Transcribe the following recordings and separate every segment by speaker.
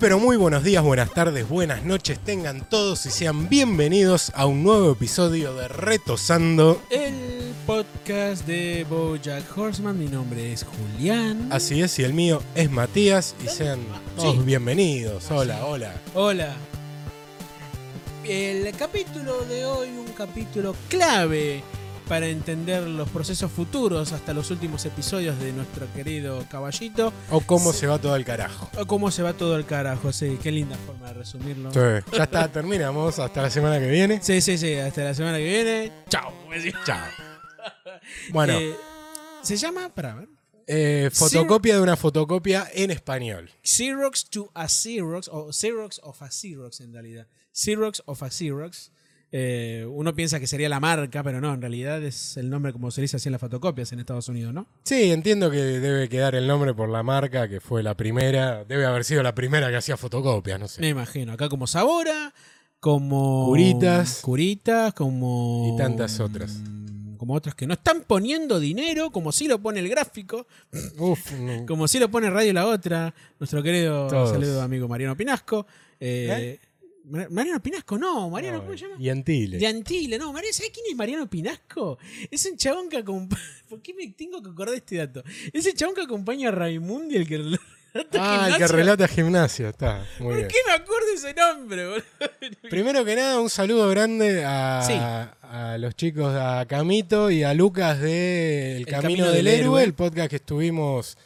Speaker 1: pero muy buenos días, buenas tardes, buenas noches tengan todos y sean bienvenidos a un nuevo episodio de Retosando.
Speaker 2: El podcast de Bojack Horseman, mi nombre es Julián.
Speaker 1: Así es, y el mío es Matías y sean todos
Speaker 2: Sí.
Speaker 1: bienvenidos. Hola, hola.
Speaker 2: Hola. El capítulo de hoy, un capítulo clave para entender los procesos futuros hasta los últimos episodios de nuestro querido caballito.
Speaker 1: O cómo
Speaker 2: Sí.
Speaker 1: se va todo al carajo.
Speaker 2: O cómo se va todo el carajo, sí, qué linda forma de resumirlo.
Speaker 1: Sí, Ya está, terminamos. Hasta la semana que viene.
Speaker 2: Sí, sí, sí, hasta la semana que viene. Chao.
Speaker 1: Chao. Bueno,
Speaker 2: Eh, se llama, para ver.
Speaker 1: eh, fotocopia de una fotocopia en español.
Speaker 2: Xerox to a Xerox, o Xerox of a Xerox en realidad. Xerox of a Xerox. Eh, uno piensa que sería la marca, pero no, en realidad es el nombre como se dice así en las fotocopias en Estados Unidos, ¿no?
Speaker 1: Sí, entiendo que debe quedar el nombre por la marca, que fue la primera. Debe haber sido la primera que hacía fotocopias, no sé.
Speaker 2: Me imagino. Acá como Sabora, como.
Speaker 1: Curitas.
Speaker 2: Curitas, como.
Speaker 1: Y tantas otras.
Speaker 2: mm, Como otras que no están poniendo dinero, como si lo pone el gráfico,
Speaker 1: Uf, no.
Speaker 2: como si lo pone Radio La Otra, nuestro querido
Speaker 1: Todos.
Speaker 2: saludo amigo Mariano Pinasco. Eh, Mar- Mariano Pinasco, no, Mariano, ¿cómo se llama?
Speaker 1: Y Antile.
Speaker 2: De Antile, no, Mariano, ¿sabes quién es Mariano Pinasco? Es un chabón que acompaña. ¿Por qué me tengo que acordar de este dato? Es el chabón que acompaña a Raimundi, el que relata
Speaker 1: Ah, el que
Speaker 2: gimnasia.
Speaker 1: relata gimnasia, está. Muy
Speaker 2: ¿Por
Speaker 1: bien.
Speaker 2: qué me acuerdo ese nombre, boludo?
Speaker 1: Primero que nada, un saludo grande a,
Speaker 2: Sí.
Speaker 1: a los chicos, a Camito y a Lucas de El
Speaker 2: El
Speaker 1: Camino,
Speaker 2: Camino
Speaker 1: del,
Speaker 2: del
Speaker 1: Héroe,
Speaker 2: Héroe,
Speaker 1: el podcast que estuvimos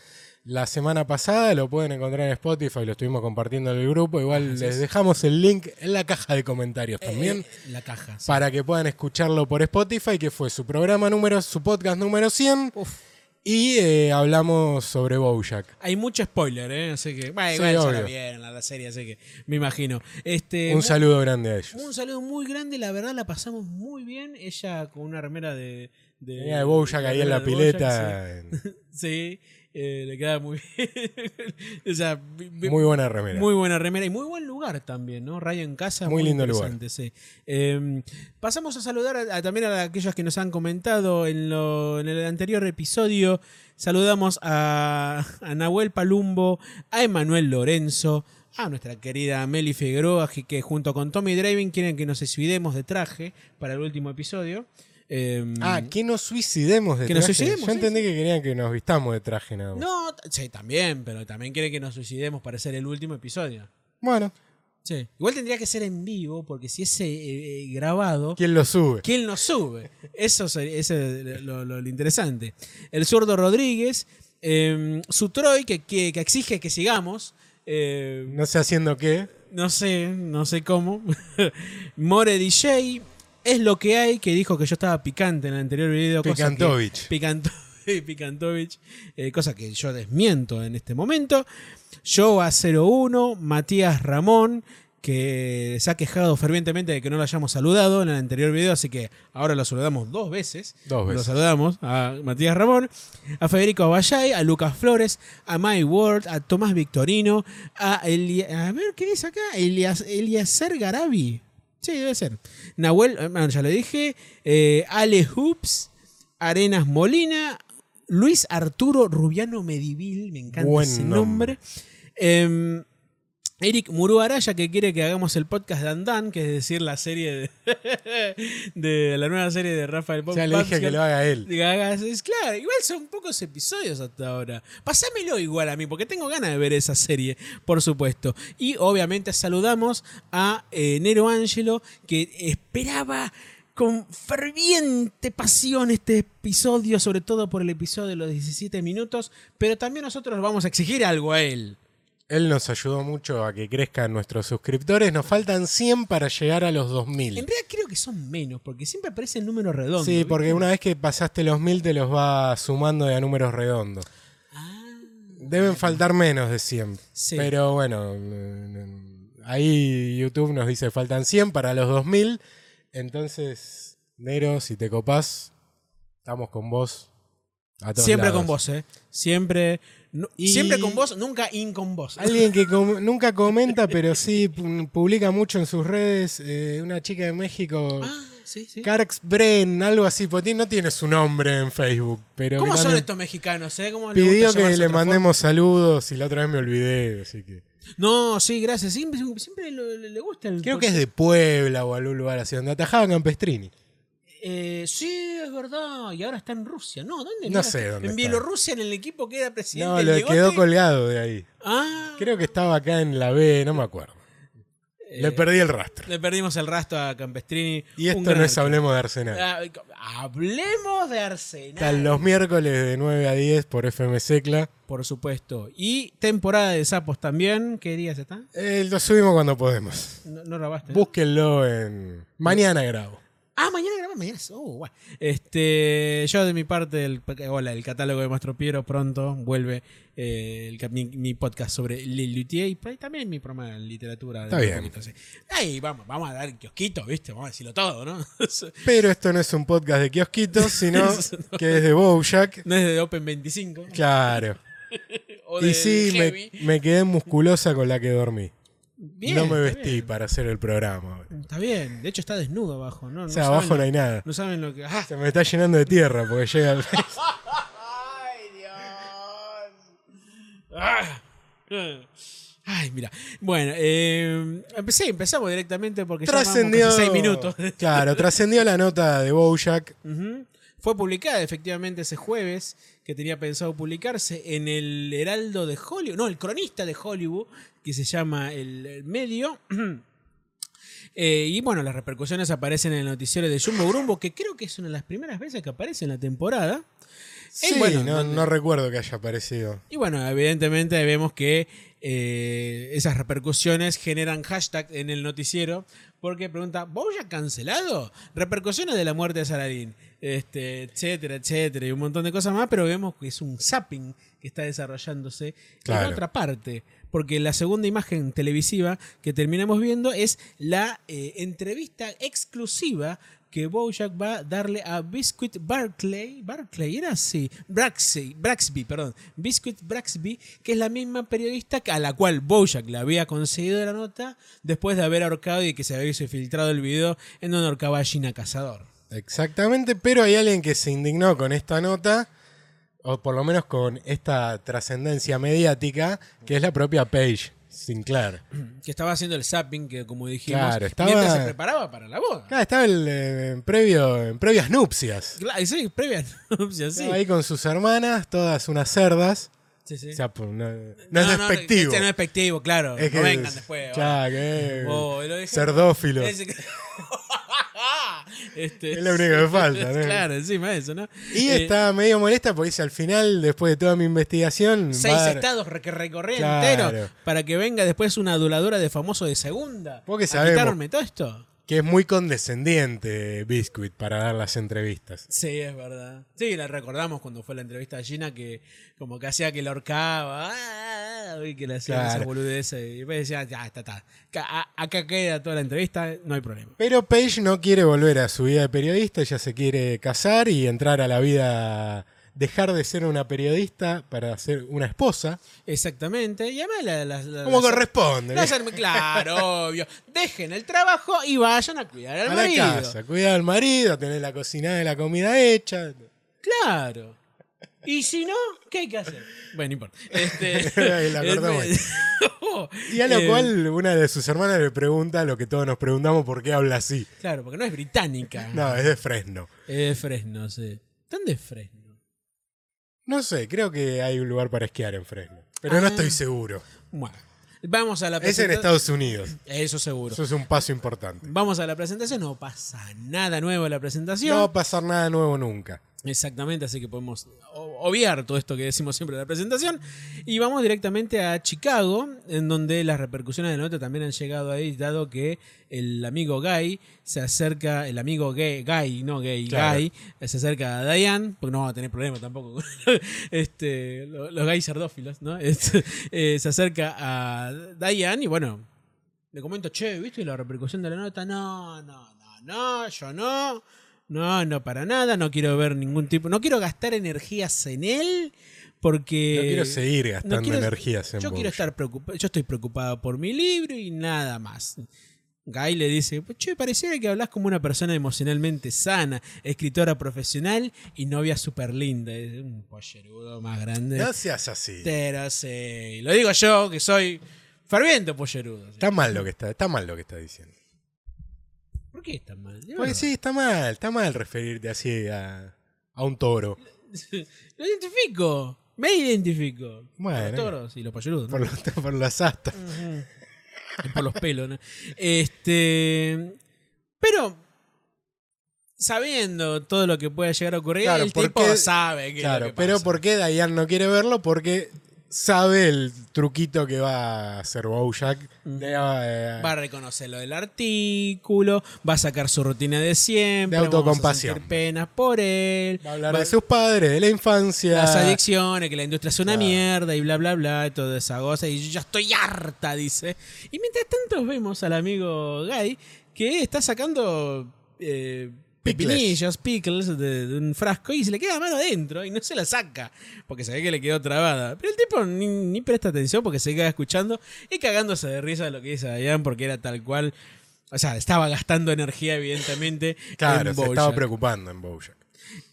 Speaker 1: la semana pasada. Lo pueden encontrar en Spotify, lo estuvimos compartiendo en el grupo. Igual les dejamos el link en la caja de comentarios también.
Speaker 2: Eh, la caja. sí.
Speaker 1: para que puedan escucharlo por Spotify, que fue su programa número, su podcast número 100,
Speaker 2: Uf,
Speaker 1: y eh, hablamos sobre Bojack.
Speaker 2: hay mucho spoiler, ¿eh? Así que. Bueno,
Speaker 1: Sí,
Speaker 2: igual ya la
Speaker 1: obvio.
Speaker 2: vieron la, la serie, así que me imagino. Este,
Speaker 1: Un
Speaker 2: bu-
Speaker 1: saludo grande a ellos.
Speaker 2: Un saludo muy grande, la verdad la pasamos muy bien. Ella con una remera de. De,
Speaker 1: Tenía de Bojack ahí en la
Speaker 2: remera de Bojack,
Speaker 1: pileta, en-
Speaker 2: Sí, eh, le queda muy bien. o sea, bi- bi-
Speaker 1: muy buena remera.
Speaker 2: muy buena remera y muy buen lugar también, ¿no? Radio en casa.
Speaker 1: Muy lindo lugar.
Speaker 2: interesante, sí. Eh, pasamos a saludar a- a- también a aquellos que nos han comentado en, lo- en el anterior episodio. Saludamos a, a Nahuel Palumbo, a Emanuel Lorenzo, a nuestra querida Meli Figueroa, que- que junto con Tommy Draven quieren que nos suicidemos de traje para el último episodio. Eh,
Speaker 1: Ah, que nos suicidemos de
Speaker 2: Que nos
Speaker 1: traje.
Speaker 2: suicidemos,
Speaker 1: Yo
Speaker 2: sí,
Speaker 1: entendí que querían que nos vistamos de traje nada más.
Speaker 2: No, t- sí, también, pero también quiere que nos suicidemos para hacer el último episodio.
Speaker 1: Bueno,
Speaker 2: Sí. Igual tendría que ser en vivo, porque si es eh, eh, grabado,
Speaker 1: ¿quién lo sube?
Speaker 2: ¿quién lo sube? Eso sería- eso es lo, lo- lo interesante. El zurdo Rodríguez, eh, su Troy, que, que- que exige que sigamos. eh,
Speaker 1: No sé haciendo qué.
Speaker 2: no sé, no sé cómo. More DJ es lo que hay, que dijo que yo estaba picante en el anterior video. cosa que-
Speaker 1: Picantovich.
Speaker 2: Picanto- Picantovich, eh, cosa que yo desmiento en este momento. Joa 01, Matías Ramón, que se ha quejado fervientemente de que no lo hayamos saludado en el anterior video, así que ahora lo saludamos dos veces.
Speaker 1: Dos
Speaker 2: Lo
Speaker 1: veces.
Speaker 2: saludamos a Matías Ramón, a Federico Abayay, a Lucas Flores, a My World, a Tomás Victorino, a Eli- a ver qué dice acá, Elias Eliaser Garabi. Sí, debe ser. Nahuel, eh, bueno, ya lo dije, eh, Ale Hoops, Arenas Molina, Luis Arturo Rubiano Medivil, me encanta
Speaker 1: Buen
Speaker 2: ese
Speaker 1: nombre.
Speaker 2: nombre. Em, Eric Murú Araya que quiere que hagamos el podcast de Andan, que es decir, la serie de, de la nueva serie de Rafael
Speaker 1: Ya
Speaker 2: Pop.
Speaker 1: le dije que
Speaker 2: Papskan.
Speaker 1: lo haga él.
Speaker 2: Diga, hagas- es claro, igual son pocos episodios hasta ahora. Pásamelo igual a mí, porque tengo ganas de ver esa serie, por supuesto. Y obviamente saludamos a eh, Nero Angelo, que esperaba con ferviente pasión este episodio, sobre todo por el episodio de los 17 minutos, pero también nosotros vamos a exigir algo a él.
Speaker 1: Él nos ayudó mucho a que crezcan nuestros suscriptores. Nos faltan 100 para llegar a los
Speaker 2: En
Speaker 1: 2000.
Speaker 2: realidad creo que son menos, porque siempre aparece el número redondo.
Speaker 1: Sí,
Speaker 2: ¿viste?
Speaker 1: porque una vez que pasaste los 1000 te los va sumando de a números redondos.
Speaker 2: Ah,
Speaker 1: Deben faltar menos de 100.
Speaker 2: Sí.
Speaker 1: Pero bueno, mm, ahí YouTube nos dice faltan 100 para los 2000. Entonces, Nero, si te copás, estamos con vos. a todos
Speaker 2: siempre
Speaker 1: lados.
Speaker 2: con vos, ¿eh? Siempre, nu-
Speaker 1: Y-
Speaker 2: siempre con vos, nunca in con vos.
Speaker 1: Alguien que com- nunca comenta, pero sí pu- publica mucho en sus redes, eh, una chica de México,
Speaker 2: Ah, sí, sí.
Speaker 1: Carx Bren, algo así, porque no tiene su nombre en Facebook. Pero
Speaker 2: ¿Cómo
Speaker 1: que
Speaker 2: son
Speaker 1: también
Speaker 2: estos mexicanos? Eh? ¿Cómo les gusta
Speaker 1: Pidió que
Speaker 2: llamarse
Speaker 1: le
Speaker 2: otra forma?
Speaker 1: mandemos saludos y la otra vez me olvidé, así que...
Speaker 2: No, sí, gracias. Siempre, siempre lo- le, le gusta el.
Speaker 1: Creo que es de Puebla o algún lugar así, donde atajaban Campestrini.
Speaker 2: Eh, sí, es verdad. Y ahora está en Rusia. No, ¿dónde?
Speaker 1: No
Speaker 2: mierda?
Speaker 1: sé dónde
Speaker 2: En
Speaker 1: está.
Speaker 2: Bielorrusia, en el equipo que era presidente.
Speaker 1: No,
Speaker 2: el
Speaker 1: lo
Speaker 2: bigote.
Speaker 1: quedó colgado de ahí.
Speaker 2: Ah,
Speaker 1: Creo que estaba acá en la B, no me acuerdo. Le
Speaker 2: Eh,
Speaker 1: perdí el rastro.
Speaker 2: le perdimos el rastro a Campestrini.
Speaker 1: Y
Speaker 2: Un
Speaker 1: esto
Speaker 2: gran
Speaker 1: no es
Speaker 2: arquero.
Speaker 1: Hablemos de Arsenal.
Speaker 2: Ah, Hablemos de Arsenal.
Speaker 1: Están los miércoles de 9 a 10 por FM Secla.
Speaker 2: Por supuesto. Y temporada de sapos también. ¿Qué días está?
Speaker 1: Eh, lo subimos cuando podemos.
Speaker 2: No, no grabaste. ¿no?
Speaker 1: Búsquenlo en... Mañana grabo.
Speaker 2: Ah, mañana grabamos, mañana es- oh, guau. Este, yo de mi parte, el, hola, el catálogo de Mastro Piero pronto vuelve eh, el cap- mi, mi podcast sobre Le Luthier y por ahí también mi programa de literatura.
Speaker 1: Está
Speaker 2: de un
Speaker 1: bien.
Speaker 2: poquito, sí. Ahí vamos, vamos a dar el kiosquito, ¿viste? Vamos a decirlo todo, ¿no? no
Speaker 1: Pero esto no es un podcast de kiosquitos, sino que es de Bojack.
Speaker 2: es de Open 25.
Speaker 1: Claro.
Speaker 2: o
Speaker 1: Y
Speaker 2: de
Speaker 1: sí, me,
Speaker 2: Heavy.
Speaker 1: me quedé musculosa con la que dormí.
Speaker 2: Bien,
Speaker 1: no me
Speaker 2: está
Speaker 1: vestí
Speaker 2: bien.
Speaker 1: para hacer el programa. boludo.
Speaker 2: Está bien, de hecho está desnudo abajo,
Speaker 1: O
Speaker 2: ¿no? no
Speaker 1: sea,
Speaker 2: saben
Speaker 1: abajo
Speaker 2: lo-
Speaker 1: no hay nada.
Speaker 2: No saben lo que. ¡Ah!
Speaker 1: Se me está llenando de tierra porque llega el...
Speaker 2: ¡Ay, Dios! ¡Ah! Ay, mira. Bueno, eh, empecé, empezamos directamente porque ya vamos con
Speaker 1: trascendió...
Speaker 2: 16 minutos.
Speaker 1: Claro, trascendió la nota de Bojack.
Speaker 2: Ujú. Fue publicada efectivamente ese jueves que tenía pensado publicarse en el Heraldo de Hollywood, no, el cronista de Hollywood, que se llama El, el Medio. Eh, y bueno, las repercusiones aparecen en el noticiero de Jumbo Grumbo, que creo que es una de las primeras veces que aparece en la temporada. Eh,
Speaker 1: Sí,
Speaker 2: bueno,
Speaker 1: no,
Speaker 2: donde-
Speaker 1: no recuerdo que haya aparecido.
Speaker 2: Y bueno, evidentemente vemos que eh, esas repercusiones generan hashtag en el noticiero porque pregunta, ¿Bojack cancelado? Repercusiones de la muerte de Saladín, este, etcétera, etcétera, y un montón de cosas más, pero vemos que es un zapping que está desarrollándose
Speaker 1: Claro.
Speaker 2: en otra parte, porque la segunda imagen televisiva que terminamos viendo es la eh, entrevista exclusiva que Bojack va a darle a Biscuit Barclay, Barclay era así, Braxby, Braxby, perdón, Biscuit Braxby, que es la misma periodista a la cual Bojack le había conseguido la nota después de haber ahorcado y que se había filtrado el video en donde ahorcaba a Gina Cazador.
Speaker 1: Exactamente, pero hay alguien que se indignó con esta nota, o por lo menos con esta trascendencia mediática, que es la propia Paige Sinclair.
Speaker 2: Que estaba haciendo el zapping que, como dijimos,
Speaker 1: Claro, estaba-
Speaker 2: mientras se preparaba para la boda.
Speaker 1: Acá estaba el, eh, en, previo, en previas nupcias.
Speaker 2: Claro, sí, previa nupcia, sí.
Speaker 1: Estaba ahí con sus hermanas, todas unas cerdas.
Speaker 2: Sí, sí.
Speaker 1: O sea, por- no, no es despectivo.
Speaker 2: este no es despectivo, claro.
Speaker 1: Es
Speaker 2: no vengan después.
Speaker 1: Claro, que es
Speaker 2: Oh, lo dije-
Speaker 1: cerdófilo.
Speaker 2: ahora. Ese- Este-
Speaker 1: Es lo único que falta, ¿no?
Speaker 2: Claro, encima de eso, ¿no?
Speaker 1: Y
Speaker 2: Eh,
Speaker 1: estaba medio molesta porque dice, al final, después de toda mi investigación...
Speaker 2: Seis
Speaker 1: va a dar-
Speaker 2: estados re- que recorrí
Speaker 1: Claro.
Speaker 2: entero para que venga después una aduladora de famoso de segunda.
Speaker 1: Porque
Speaker 2: a
Speaker 1: sabemos.
Speaker 2: quitarme todo esto?
Speaker 1: Que es muy condescendiente Biscuit para dar las entrevistas.
Speaker 2: Sí, es verdad. Sí, la recordamos cuando fue la entrevista a Gina que como que hacía que la horcaba ah, ah, y que le hacía
Speaker 1: Claro.
Speaker 2: esa boludez y después decía, ya, está, está. Ca- a- Acá queda toda la entrevista, no hay problema.
Speaker 1: Pero Paige no quiere volver a su vida de periodista, ella se quiere casar y entrar a la vida, dejar de ser una periodista para ser una esposa.
Speaker 2: Exactamente. Y además la- la- la-
Speaker 1: Como
Speaker 2: las-
Speaker 1: corresponde.
Speaker 2: las
Speaker 1: ¿no?
Speaker 2: arm- claro, obvio. Dejen el trabajo y vayan a cuidar al
Speaker 1: A la
Speaker 2: marido.
Speaker 1: casa, cuidar al marido, tener la cocinada y la comida hecha.
Speaker 2: Claro. Y si no, ¿qué hay que hacer? Bueno, no importa. Este,
Speaker 1: La cortamos.
Speaker 2: este-
Speaker 1: Y a lo
Speaker 2: Eh,
Speaker 1: cual una de sus hermanas le pregunta lo que todos nos preguntamos, ¿por qué habla así?
Speaker 2: eh, Claro, porque no es británica.
Speaker 1: No, es de Fresno.
Speaker 2: Es de Fresno, sí. ¿Dónde es Fresno?
Speaker 1: No sé, creo que hay un lugar para esquiar en Fresno. Pero no
Speaker 2: Ah.
Speaker 1: estoy seguro.
Speaker 2: Bueno, vamos a la
Speaker 1: Es en
Speaker 2: presenta-
Speaker 1: Estados Unidos.
Speaker 2: Eso seguro.
Speaker 1: Eso es un paso importante.
Speaker 2: Vamos a la presentación, no pasa nada nuevo en la presentación.
Speaker 1: No va a pasar nada nuevo nunca.
Speaker 2: Exactamente, así que podemos o- obviar todo esto que decimos siempre en la presentación. Y vamos directamente a Chicago, en donde las repercusiones de la nota también han llegado ahí, dado que el amigo Guy se acerca, el amigo gay, Guy, no gay,
Speaker 1: Claro.
Speaker 2: Guy, se acerca a Diane, porque no va a tener problema tampoco. este, lo- los gays sardófilos, ¿no? Este, eh, se acerca a Diane y bueno, le comento, che, ¿viste la repercusión de la nota? No, no, no, no, yo no. No, no, para nada, no quiero ver ningún tipo. No quiero gastar energías en él porque.
Speaker 1: No quiero seguir gastando
Speaker 2: Eh, no quiero-
Speaker 1: energías en
Speaker 2: Yo quiero
Speaker 1: Bojack.
Speaker 2: estar preocupado. Yo estoy preocupado por mi libro y nada más. Guy le dice, "Pues, che, pareciera que hablas como una persona emocionalmente sana, escritora profesional y novia súper linda. Es un pollerudo más grande.
Speaker 1: No seas así.
Speaker 2: Pero sí, lo digo yo, que soy Ferviente pollerudo. sí.
Speaker 1: Está mal lo que está, está mal lo que está diciendo.
Speaker 2: ¿Por qué está mal? De verdad.
Speaker 1: Pues sí, está mal, está mal referirte así a, a un toro.
Speaker 2: Lo identifico. Me identifico.
Speaker 1: Bueno.
Speaker 2: Los toros y los pollerudos. ¿no?
Speaker 1: Por, los- por las astas.
Speaker 2: Y por los pelos, ¿no? Este. Pero. Sabiendo todo lo que pueda llegar a ocurrir,
Speaker 1: Claro,
Speaker 2: el
Speaker 1: ¿por
Speaker 2: tipo
Speaker 1: qué?
Speaker 2: sabe que
Speaker 1: Claro, pero ¿por qué Diane no quiere verlo? Porque sabe el truquito que va a hacer Bojack. De, eh,
Speaker 2: Mm. va a reconocer lo del artículo, va a sacar su rutina de siempre,
Speaker 1: De
Speaker 2: vamos a
Speaker 1: autocompasión.
Speaker 2: sentir penas por él,
Speaker 1: va a hablar
Speaker 2: va-
Speaker 1: de sus padres, de la infancia.
Speaker 2: las adicciones, que la industria es una
Speaker 1: Claro.
Speaker 2: mierda y bla bla bla, y toda esa cosa y yo ya estoy harta, dice. Y mientras tanto vemos al amigo Guy que está sacando eh,
Speaker 1: Pickles.
Speaker 2: pepinillos, pickles de, de un frasco y se le queda la mano adentro y no se la saca porque se ve que le quedó trabada. Pero el tipo ni, ni presta atención porque se queda escuchando y cagándose de risa de lo que dice Diane porque era tal cual. O sea, estaba gastando energía, evidentemente.
Speaker 1: Claro,
Speaker 2: en
Speaker 1: se estaba
Speaker 2: Bojack.
Speaker 1: preocupando en Bojack.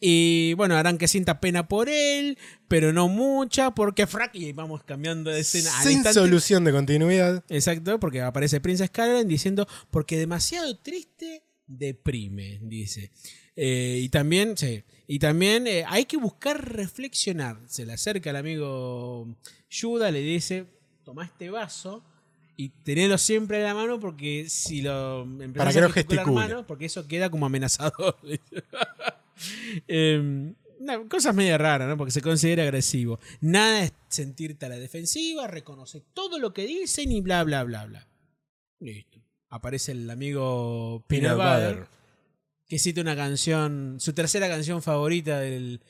Speaker 2: Y bueno, harán que sienta pena por él, pero no mucha, porque Frack, y vamos cambiando de escena al
Speaker 1: Sin
Speaker 2: instante.
Speaker 1: solución de continuidad.
Speaker 2: Exacto, porque aparece Princess Caroline diciendo, porque demasiado triste deprime, dice. Eh, y también, sí, y también eh, hay que buscar reflexionar. Se le acerca el amigo Yuda, le dice, toma este vaso y tenelo siempre en la mano porque si lo empezás
Speaker 1: Para que no
Speaker 2: gesticular
Speaker 1: gesticule.
Speaker 2: porque eso queda como amenazador. le dice. Em, no, cosas medio raras, ¿no? Porque se considera agresivo. Nada es sentirte a la defensiva, reconoce todo lo que dicen y bla, bla, bla, bla. Listo. Aparece el amigo Peanut
Speaker 1: Peanut
Speaker 2: Butter,
Speaker 1: butter.
Speaker 2: que cita una canción, su tercera canción favorita del,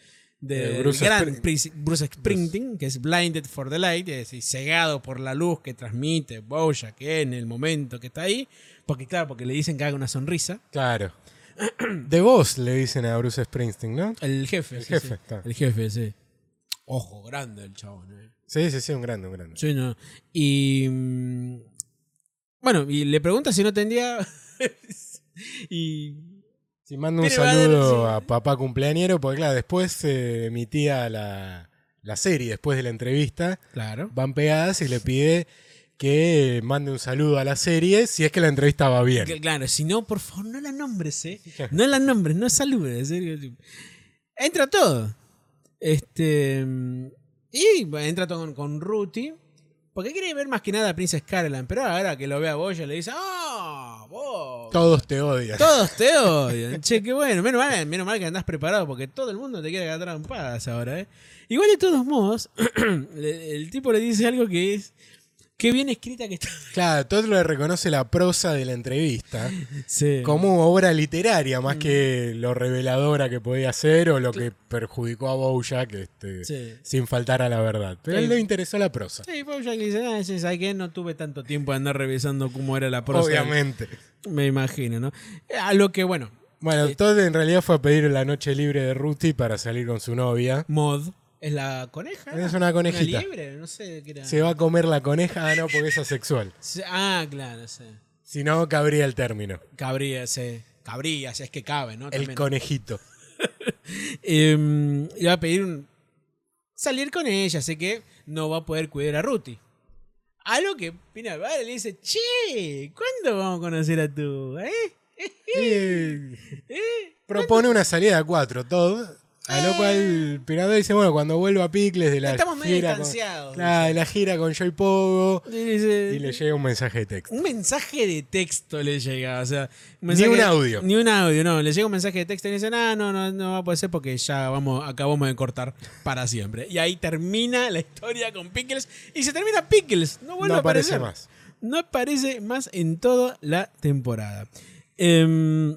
Speaker 2: del
Speaker 1: De Bruce
Speaker 2: gran
Speaker 1: Spring-
Speaker 2: Prince- Bruce Springsteen, que es Blinded for the Light, es decir, cegado por la luz que transmite Bojack en el momento que está ahí. Porque, claro, porque le dicen que haga una sonrisa.
Speaker 1: Claro. De vos le dicen a Bruce Springsteen, ¿no?
Speaker 2: El jefe.
Speaker 1: El
Speaker 2: sí,
Speaker 1: jefe,
Speaker 2: sí.
Speaker 1: está.
Speaker 2: El jefe, sí. Ojo, grande el chabón, eh.
Speaker 1: Sí, sí, sí, un grande, un grande.
Speaker 2: Sí, no. Y. mm, Bueno, y le pregunta si no tendría. y.
Speaker 1: Sí, mando un
Speaker 2: Pero va a dar-
Speaker 1: saludo
Speaker 2: sí.
Speaker 1: a papá cumpleañero, porque claro, después eh, mi tía la, la serie, después de la entrevista,
Speaker 2: Claro.
Speaker 1: van pegadas y le pide que mande un saludo a la serie si es que la entrevista va bien.
Speaker 2: Que- Claro, si no, por favor, no la nombres, ¿eh? No la nombres, no saludes. en serio. Entra todo. Este. mm, Y bueno, entra todo con, con Ruti. Porque quiere ver más que nada a Princess Caroline. Pero ahora que lo ve a Boya le dice: ¡Ah! vos,
Speaker 1: Todos te odian.
Speaker 2: Todos te odian. Che, qué bueno. Menos mal, menos mal que andás preparado porque todo el mundo te quiere agarrar a trompadas ahora, ¿eh? Igual de todos modos, le- el tipo le dice algo que es. Qué bien escrita que está.
Speaker 1: Claro, todo le reconoce la prosa de la entrevista
Speaker 2: Sí. Mm.
Speaker 1: como obra literaria, más que lo reveladora que podía ser o lo que perjudicó a Bojack este,
Speaker 2: Sí.
Speaker 1: sin faltar a la verdad. Pero a él
Speaker 2: Sí.
Speaker 1: le interesó la prosa.
Speaker 2: Sí, Bojack le dice, ah, sí, ¿sabes qué? No tuve tanto tiempo de andar revisando cómo era la prosa.
Speaker 1: Obviamente.
Speaker 2: Me imagino, ¿no? Eh, A lo que, bueno,
Speaker 1: Bueno,
Speaker 2: Sí.
Speaker 1: Todd en realidad fue a pedir la noche libre de Ruti para salir con su novia.
Speaker 2: Mod es la coneja.
Speaker 1: Es una conejita.
Speaker 2: Una liebre, no sé qué era.
Speaker 1: Se va a comer la coneja, ah, no, porque es asexual.
Speaker 2: Se- Ah, claro, sí.
Speaker 1: Si no, cabría el término.
Speaker 2: Cabría, sí. Cabría, si es que cabe, ¿no?
Speaker 1: El
Speaker 2: También.
Speaker 1: conejito.
Speaker 2: Eh, le va a pedir un- salir con ella, así que no va a poder cuidar a Ruti. A lo que Pina Bar le dice, che, ¿cuándo vamos a conocer a tu? ¿Eh?
Speaker 1: Eh,
Speaker 2: ¿Eh?
Speaker 1: propone una salida a cuatro, Todd. A lo cual Pirata dice, bueno, cuando vuelva a Picles de la
Speaker 2: Estamos medio
Speaker 1: gira con,
Speaker 2: distanciados,
Speaker 1: Claro, de la gira con Joy Pogo.
Speaker 2: Le dice-
Speaker 1: Y le llega un mensaje de texto.
Speaker 2: un mensaje de texto le llega, o sea, un
Speaker 1: Ni
Speaker 2: mensaje-
Speaker 1: un audio.
Speaker 2: Ni un audio, no, le llega un mensaje de texto y le dicen, ah, no, no, no va a poder ser porque ya vamos, acabamos de cortar para siempre. Y ahí termina la historia con Pickles y se termina Pickles, no vuelve
Speaker 1: No
Speaker 2: a
Speaker 1: aparece más.
Speaker 2: aparecer. no aparece más en toda la temporada. Em,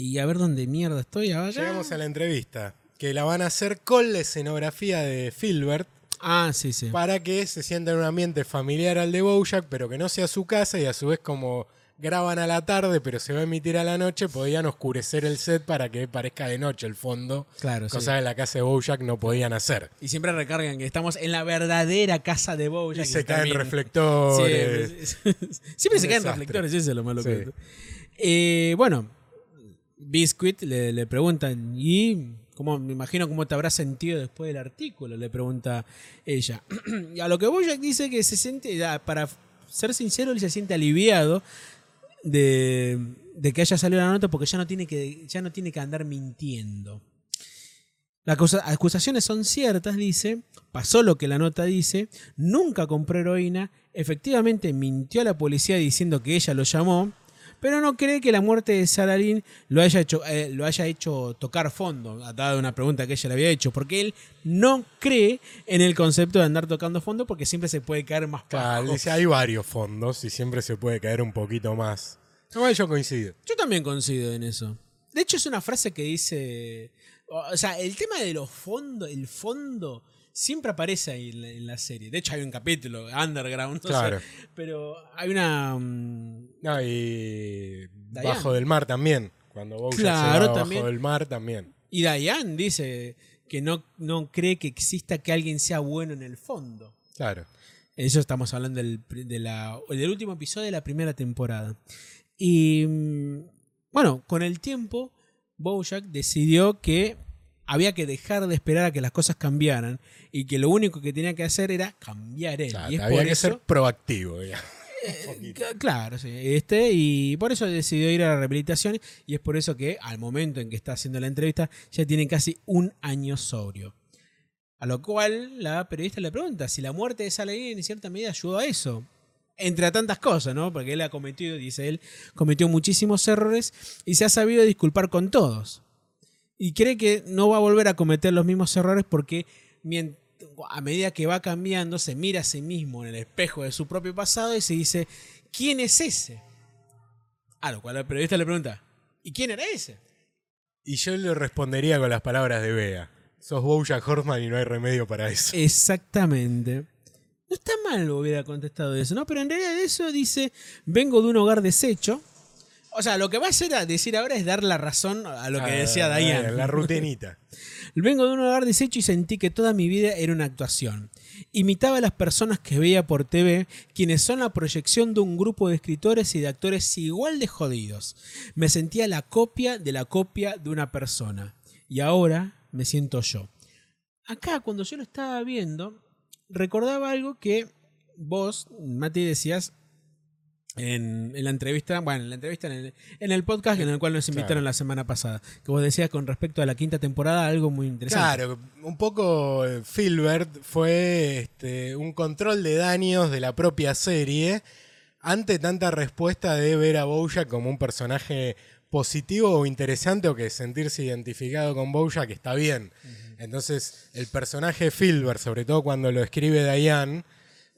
Speaker 2: y a ver dónde mierda estoy ahora.
Speaker 1: Llegamos a la entrevista, que la van a hacer con la escenografía de Filbert.
Speaker 2: Ah, sí, sí.
Speaker 1: para que se sienta en un ambiente familiar al de Bojack, pero que no sea su casa y a su vez como graban a la tarde, pero se va a emitir a la noche, podían oscurecer el set para que parezca de noche el fondo,
Speaker 2: Claro, sí.
Speaker 1: cosa que en la casa de Bojack no podían hacer.
Speaker 2: Y siempre recargan que estamos en la verdadera casa de Bojack.
Speaker 1: Y
Speaker 2: que
Speaker 1: se
Speaker 2: está
Speaker 1: caen
Speaker 2: bien.
Speaker 1: reflectores.
Speaker 2: Siempre, siempre se
Speaker 1: Un
Speaker 2: caen
Speaker 1: desastre.
Speaker 2: reflectores, eso es lo malo
Speaker 1: Sí.
Speaker 2: que- Eh, bueno, Biscuit le, le preguntan, ¿y ¿Cómo, me imagino cómo te habrás sentido después del artículo, le pregunta ella. Y a lo que Bojack dice que se siente, ya, para ser sincero, él se siente aliviado de, de que haya salido la nota porque ya no tiene que, ya no tiene que andar mintiendo. Las acusa- acusaciones son ciertas, dice, pasó lo que la nota dice, nunca compró heroína, efectivamente mintió a la policía diciendo que ella lo llamó, pero no cree que la muerte de Sararín lo haya hecho, eh, lo haya hecho tocar fondo, atada a una pregunta que ella le había hecho, porque él no cree en el concepto de andar tocando fondo porque siempre se puede caer más
Speaker 1: Claro,
Speaker 2: bajo.
Speaker 1: dice, hay varios fondos y siempre se puede caer un poquito más. Igual yo coincido.
Speaker 2: Yo también coincido en eso. De hecho, es una frase que dice. O sea, el tema de los fondos, el fondo, siempre aparece ahí en la, en la serie. De hecho, hay un capítulo, Underground, no
Speaker 1: Claro.
Speaker 2: sé. Pero hay una. mm,
Speaker 1: No, y
Speaker 2: Diane.
Speaker 1: bajo del mar también. Cuando Bojack
Speaker 2: Claro,
Speaker 1: se va
Speaker 2: también.
Speaker 1: bajo del mar también.
Speaker 2: Y Diane dice que no, no cree que exista que alguien sea bueno en el fondo.
Speaker 1: Claro.
Speaker 2: Eso estamos hablando del, pri- de la- del último episodio de la primera temporada. Y mm, bueno, con el tiempo, Bojack decidió que había que dejar de esperar a que las cosas cambiaran y que lo único que tenía que hacer era cambiar él.
Speaker 1: O sea,
Speaker 2: Eh, y es
Speaker 1: había
Speaker 2: por
Speaker 1: que
Speaker 2: eso,
Speaker 1: ser proactivo. digamos.
Speaker 2: C- Eh, Claro, sí. Este, y por eso decidió ir a la rehabilitación y es por eso que al momento en que está haciendo la entrevista ya tiene casi un año sobrio. A lo cual la periodista le pregunta si la muerte de Saladin en cierta medida ayudó a eso. Entre tantas cosas, ¿no? Porque él ha cometido, dice él, cometió muchísimos errores y se ha sabido disculpar con todos. Y cree que no va a volver a cometer los mismos errores porque mien- a medida que va cambiando se mira a sí mismo en el espejo de su propio pasado y se dice, ¿quién es ese? A lo cual el periodista le pregunta, ¿y quién era ese?
Speaker 1: Y yo le respondería con las palabras de Bea. Sos Bojack Horseman y no hay remedio para eso.
Speaker 2: Exactamente. No está mal hubiera contestado eso, ¿no? Pero en realidad eso dice, vengo de un hogar deshecho. O sea, lo que va a hacer a decir ahora es dar la razón a lo que
Speaker 1: Ah,
Speaker 2: decía Diane.
Speaker 1: La rutinita.
Speaker 2: Vengo de un hogar deshecho y sentí que toda mi vida era una actuación. Imitaba a las personas que veía por TV, quienes son la proyección de un grupo de escritores y de actores igual de jodidos. Me sentía la copia de la copia de una persona. Y ahora me siento yo. Acá, cuando yo lo estaba viendo, recordaba algo que vos, Mati, decías en, en la entrevista, bueno, en la entrevista, en el, en el podcast en el cual nos invitaron
Speaker 1: Claro.
Speaker 2: la semana pasada, que vos decías con respecto a la quinta temporada algo muy interesante.
Speaker 1: Claro, un poco eh, Filbert fue este, un control de daños de la propia serie ante tanta respuesta de ver a Bojack como un personaje positivo o interesante o que sentirse identificado con Bojack está bien. Entonces, el personaje Filbert, sobre todo cuando lo escribe Diane,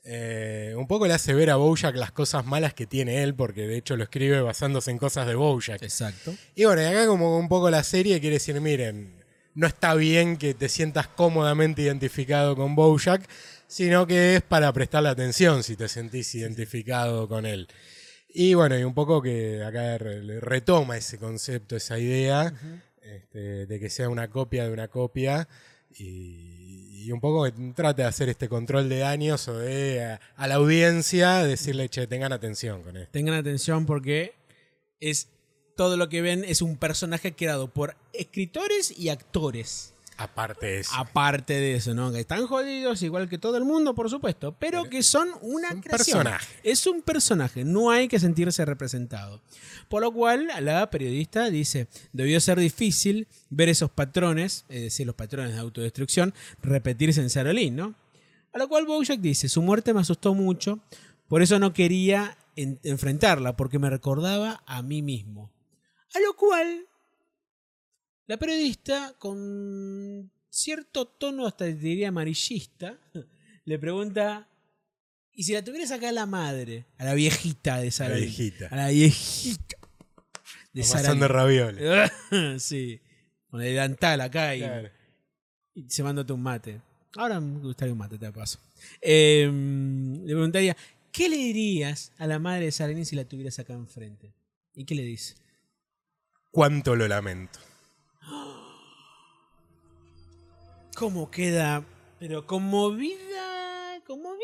Speaker 1: eh, un poco le hace ver a Bojack las cosas malas que tiene él, porque de hecho lo escribe basándose en cosas de Bojack.
Speaker 2: Exacto.
Speaker 1: Y bueno, y acá como un poco la serie quiere decir, miren, no está bien que te sientas cómodamente identificado con Bojack, sino que es para prestarle atención si te sentís identificado con él. Y bueno, y un poco que acá re- le retoma ese concepto, esa idea este, de que sea una copia de una copia. Y, y un poco que trata de hacer este control de daños o de a, a la audiencia decirle, che, tengan atención con esto.
Speaker 2: Tengan atención porque es todo lo que ven es un personaje creado por escritores y actores.
Speaker 1: Aparte de eso.
Speaker 2: Aparte de eso, ¿no? Que están jodidos igual que todo el mundo, por supuesto, pero que son una
Speaker 1: un
Speaker 2: creación.
Speaker 1: personaje.
Speaker 2: Es un personaje, no hay que sentirse representado. Por lo cual, la periodista dice, debió ser difícil ver esos patrones, es decir, los patrones de autodestrucción, repetirse en Sarolín, ¿no? A lo cual Bojack dice, su muerte me asustó mucho, por eso no quería en- enfrentarla, porque me recordaba a mí mismo. A lo cual la periodista, con cierto tono hasta diría amarillista, le pregunta, ¿y si la tuvieras acá a la madre, a la viejita de Sara? Lee?
Speaker 1: viejita.
Speaker 2: A la viejita de Sara.
Speaker 1: Pasando ravioles.
Speaker 2: Lee". sí, con el delantal acá y
Speaker 1: Claro.
Speaker 2: y se mandó un mate. Ahora me gustaría un mate, te paso. Eh, le preguntaría, ¿qué le dirías a la madre de Sarini si la tuvieras acá enfrente? ¿Y qué le dice?
Speaker 1: Cuánto lo lamento.
Speaker 2: ¿Cómo queda? Pero conmovida, conmovida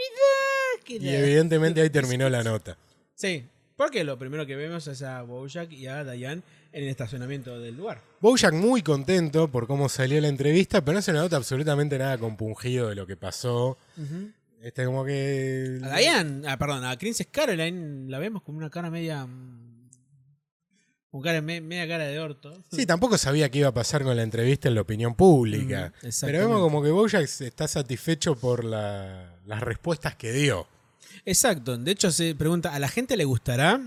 Speaker 1: Y
Speaker 2: queda.
Speaker 1: evidentemente ahí terminó la nota.
Speaker 2: Sí, Porque lo primero que vemos es a Bojack y a Diane en el estacionamiento del lugar.
Speaker 1: Bojack muy contento por cómo salió la entrevista, pero no se nota absolutamente nada compungido de lo que pasó. Este como que...
Speaker 2: A Diane, ah, perdón, a Princess Caroline la vemos con una cara media. mm, Con cara, me- media cara de orto.
Speaker 1: Sí, tampoco sabía qué iba a pasar con la entrevista en la opinión pública.
Speaker 2: Ujú, Mm, exactamente.
Speaker 1: pero vemos como que Bojack está satisfecho por la- las respuestas que dio.
Speaker 2: Exacto. De hecho, se pregunta, ¿a la gente le gustará?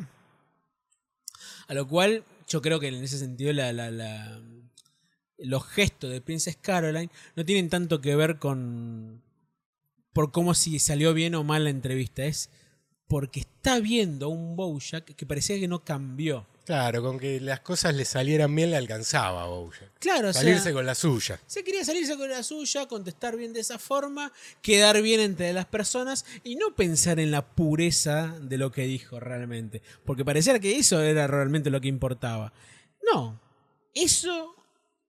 Speaker 2: A lo cual, yo creo que en ese sentido la- la- la- los gestos de Princess Caroline no tienen tanto que ver con por cómo si salió bien o mal la entrevista. Es porque está viendo a un Bojack que parecía que no cambió.
Speaker 1: Claro, con que las cosas le salieran bien le alcanzaba a Bojack.
Speaker 2: Claro, o sea,
Speaker 1: Salirse con la suya.
Speaker 2: Se quería salirse con la suya, contestar bien de esa forma, quedar bien entre las personas y no pensar en la pureza de lo que dijo realmente. Porque pareciera que eso era realmente lo que importaba. No, eso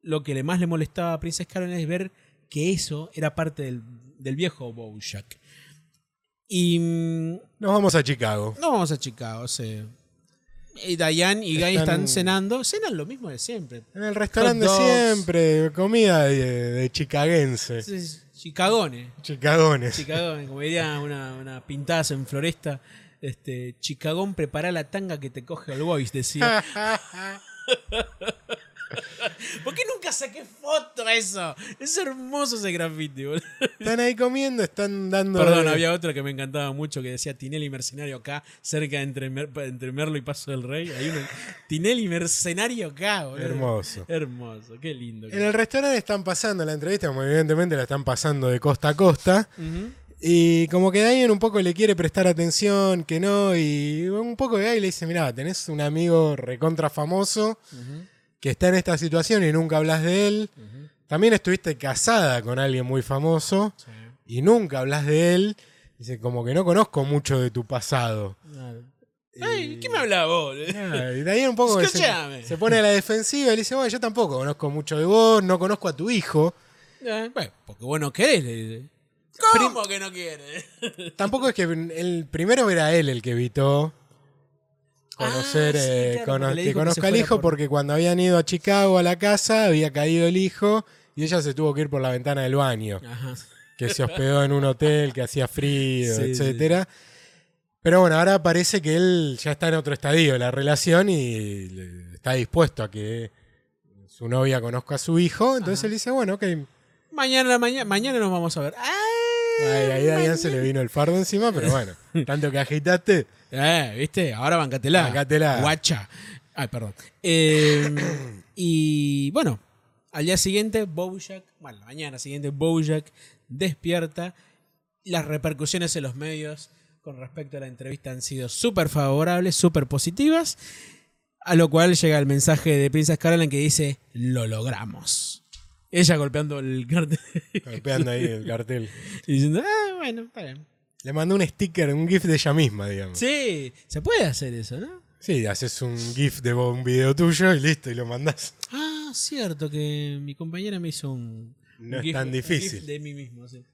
Speaker 2: lo que le más le molestaba a Princess Carol es ver que eso era parte del, del viejo Bojack. Y mm,
Speaker 1: Nos vamos a Chicago.
Speaker 2: no vamos a Chicago, se... y Diane y Guy
Speaker 1: Están-
Speaker 2: están cenando, cenan lo mismo de siempre.
Speaker 1: En el restaurante
Speaker 2: Hot dogs.
Speaker 1: siempre, comida de, de chicaguense.
Speaker 2: Entonces, Chicagones.
Speaker 1: Chicagones.
Speaker 2: Chicago, como diría una, una pintadas en Floresta, este, Chicagón, prepara la tanga que te coge el voice, decía. ¿Por qué nunca saqué foto a eso? Es hermoso ese graffiti, boludo.
Speaker 1: están ahí comiendo, están dando.
Speaker 2: Perdón, había otro que me encantaba mucho que decía Tinelli Mercenario acá, cerca entre, Mer- entre Merlo y Paso del Rey. Hay uno, Tinelli Mercenario acá, boludo.
Speaker 1: Hermoso.
Speaker 2: Hermoso, Eh. qué lindo.
Speaker 1: En el restaurante están pasando la entrevista, como evidentemente la están pasando de costa a costa.
Speaker 2: Ujú.
Speaker 1: Y como que Diane un poco le quiere prestar atención, que no, y un poco de ahí le dice, mirá, tenés un amigo recontra famoso que está en esta situación y nunca hablas de él. También estuviste casada con alguien muy famoso
Speaker 2: Sí.
Speaker 1: y nunca hablas de él. Dice, como que no conozco mucho de tu pasado.
Speaker 2: Ay, ¿qué me hablaba vos? boludo?
Speaker 1: Ah, Y Diane un poco que se,
Speaker 2: Escuchame.
Speaker 1: se pone a la defensiva y le dice, bueno, yo tampoco conozco mucho de vos, no conozco a tu hijo.
Speaker 2: Eh, Bueno, porque vos no querés, le dice. ¿Cómo que no quieres?
Speaker 1: Tampoco es que el primero era él el que evitó conocer,
Speaker 2: Ah, sí,
Speaker 1: eh,
Speaker 2: claro,
Speaker 1: cono-
Speaker 2: porque le
Speaker 1: que
Speaker 2: dijo que
Speaker 1: conozca
Speaker 2: se
Speaker 1: al
Speaker 2: fuera
Speaker 1: hijo,
Speaker 2: por-
Speaker 1: porque cuando habían ido a Chicago a la casa había caído el hijo y ella se tuvo que ir por la ventana del baño,
Speaker 2: Ajá.
Speaker 1: que se hospedó en un hotel que hacía frío,
Speaker 2: Sí,
Speaker 1: etcétera. Pero bueno, ahora parece que él ya está en otro estadio de la relación y le- está dispuesto a que su novia conozca a su hijo. Entonces
Speaker 2: Ajá.
Speaker 1: él dice, bueno, ok. Ay,
Speaker 2: Mañana, mañana, mañana nos vamos a ver. ¡Ay!
Speaker 1: ahí a Diane se le vino el fardo encima, pero bueno, tanto que agitaste.
Speaker 2: Eh, ¿viste? Ahora bancatela.
Speaker 1: Bancatela.
Speaker 2: Guacha. Ay, perdón. Eh, y bueno, al día siguiente, Bojack, bueno, la mañana siguiente, Bojack despierta. Las repercusiones en los medios con respecto a la entrevista han sido súper favorables, súper positivas. A lo cual llega el mensaje de Princess Caroline que dice: Lo logramos. Ella golpeando el cartel
Speaker 1: Golpeando ahí el cartel.
Speaker 2: y diciendo: Ah, bueno, está bien.
Speaker 1: Le mandó un sticker, un GIF de ella misma, digamos. Sí,
Speaker 2: Sí, se puede hacer eso, ¿no?
Speaker 1: haces un GIF de vos, un video tuyo y listo, y lo mandás.
Speaker 2: Ah, cierto, que mi compañera me hizo un.
Speaker 1: No
Speaker 2: un
Speaker 1: es tan
Speaker 2: un
Speaker 1: difícil.
Speaker 2: GIF de mí mismo, sí.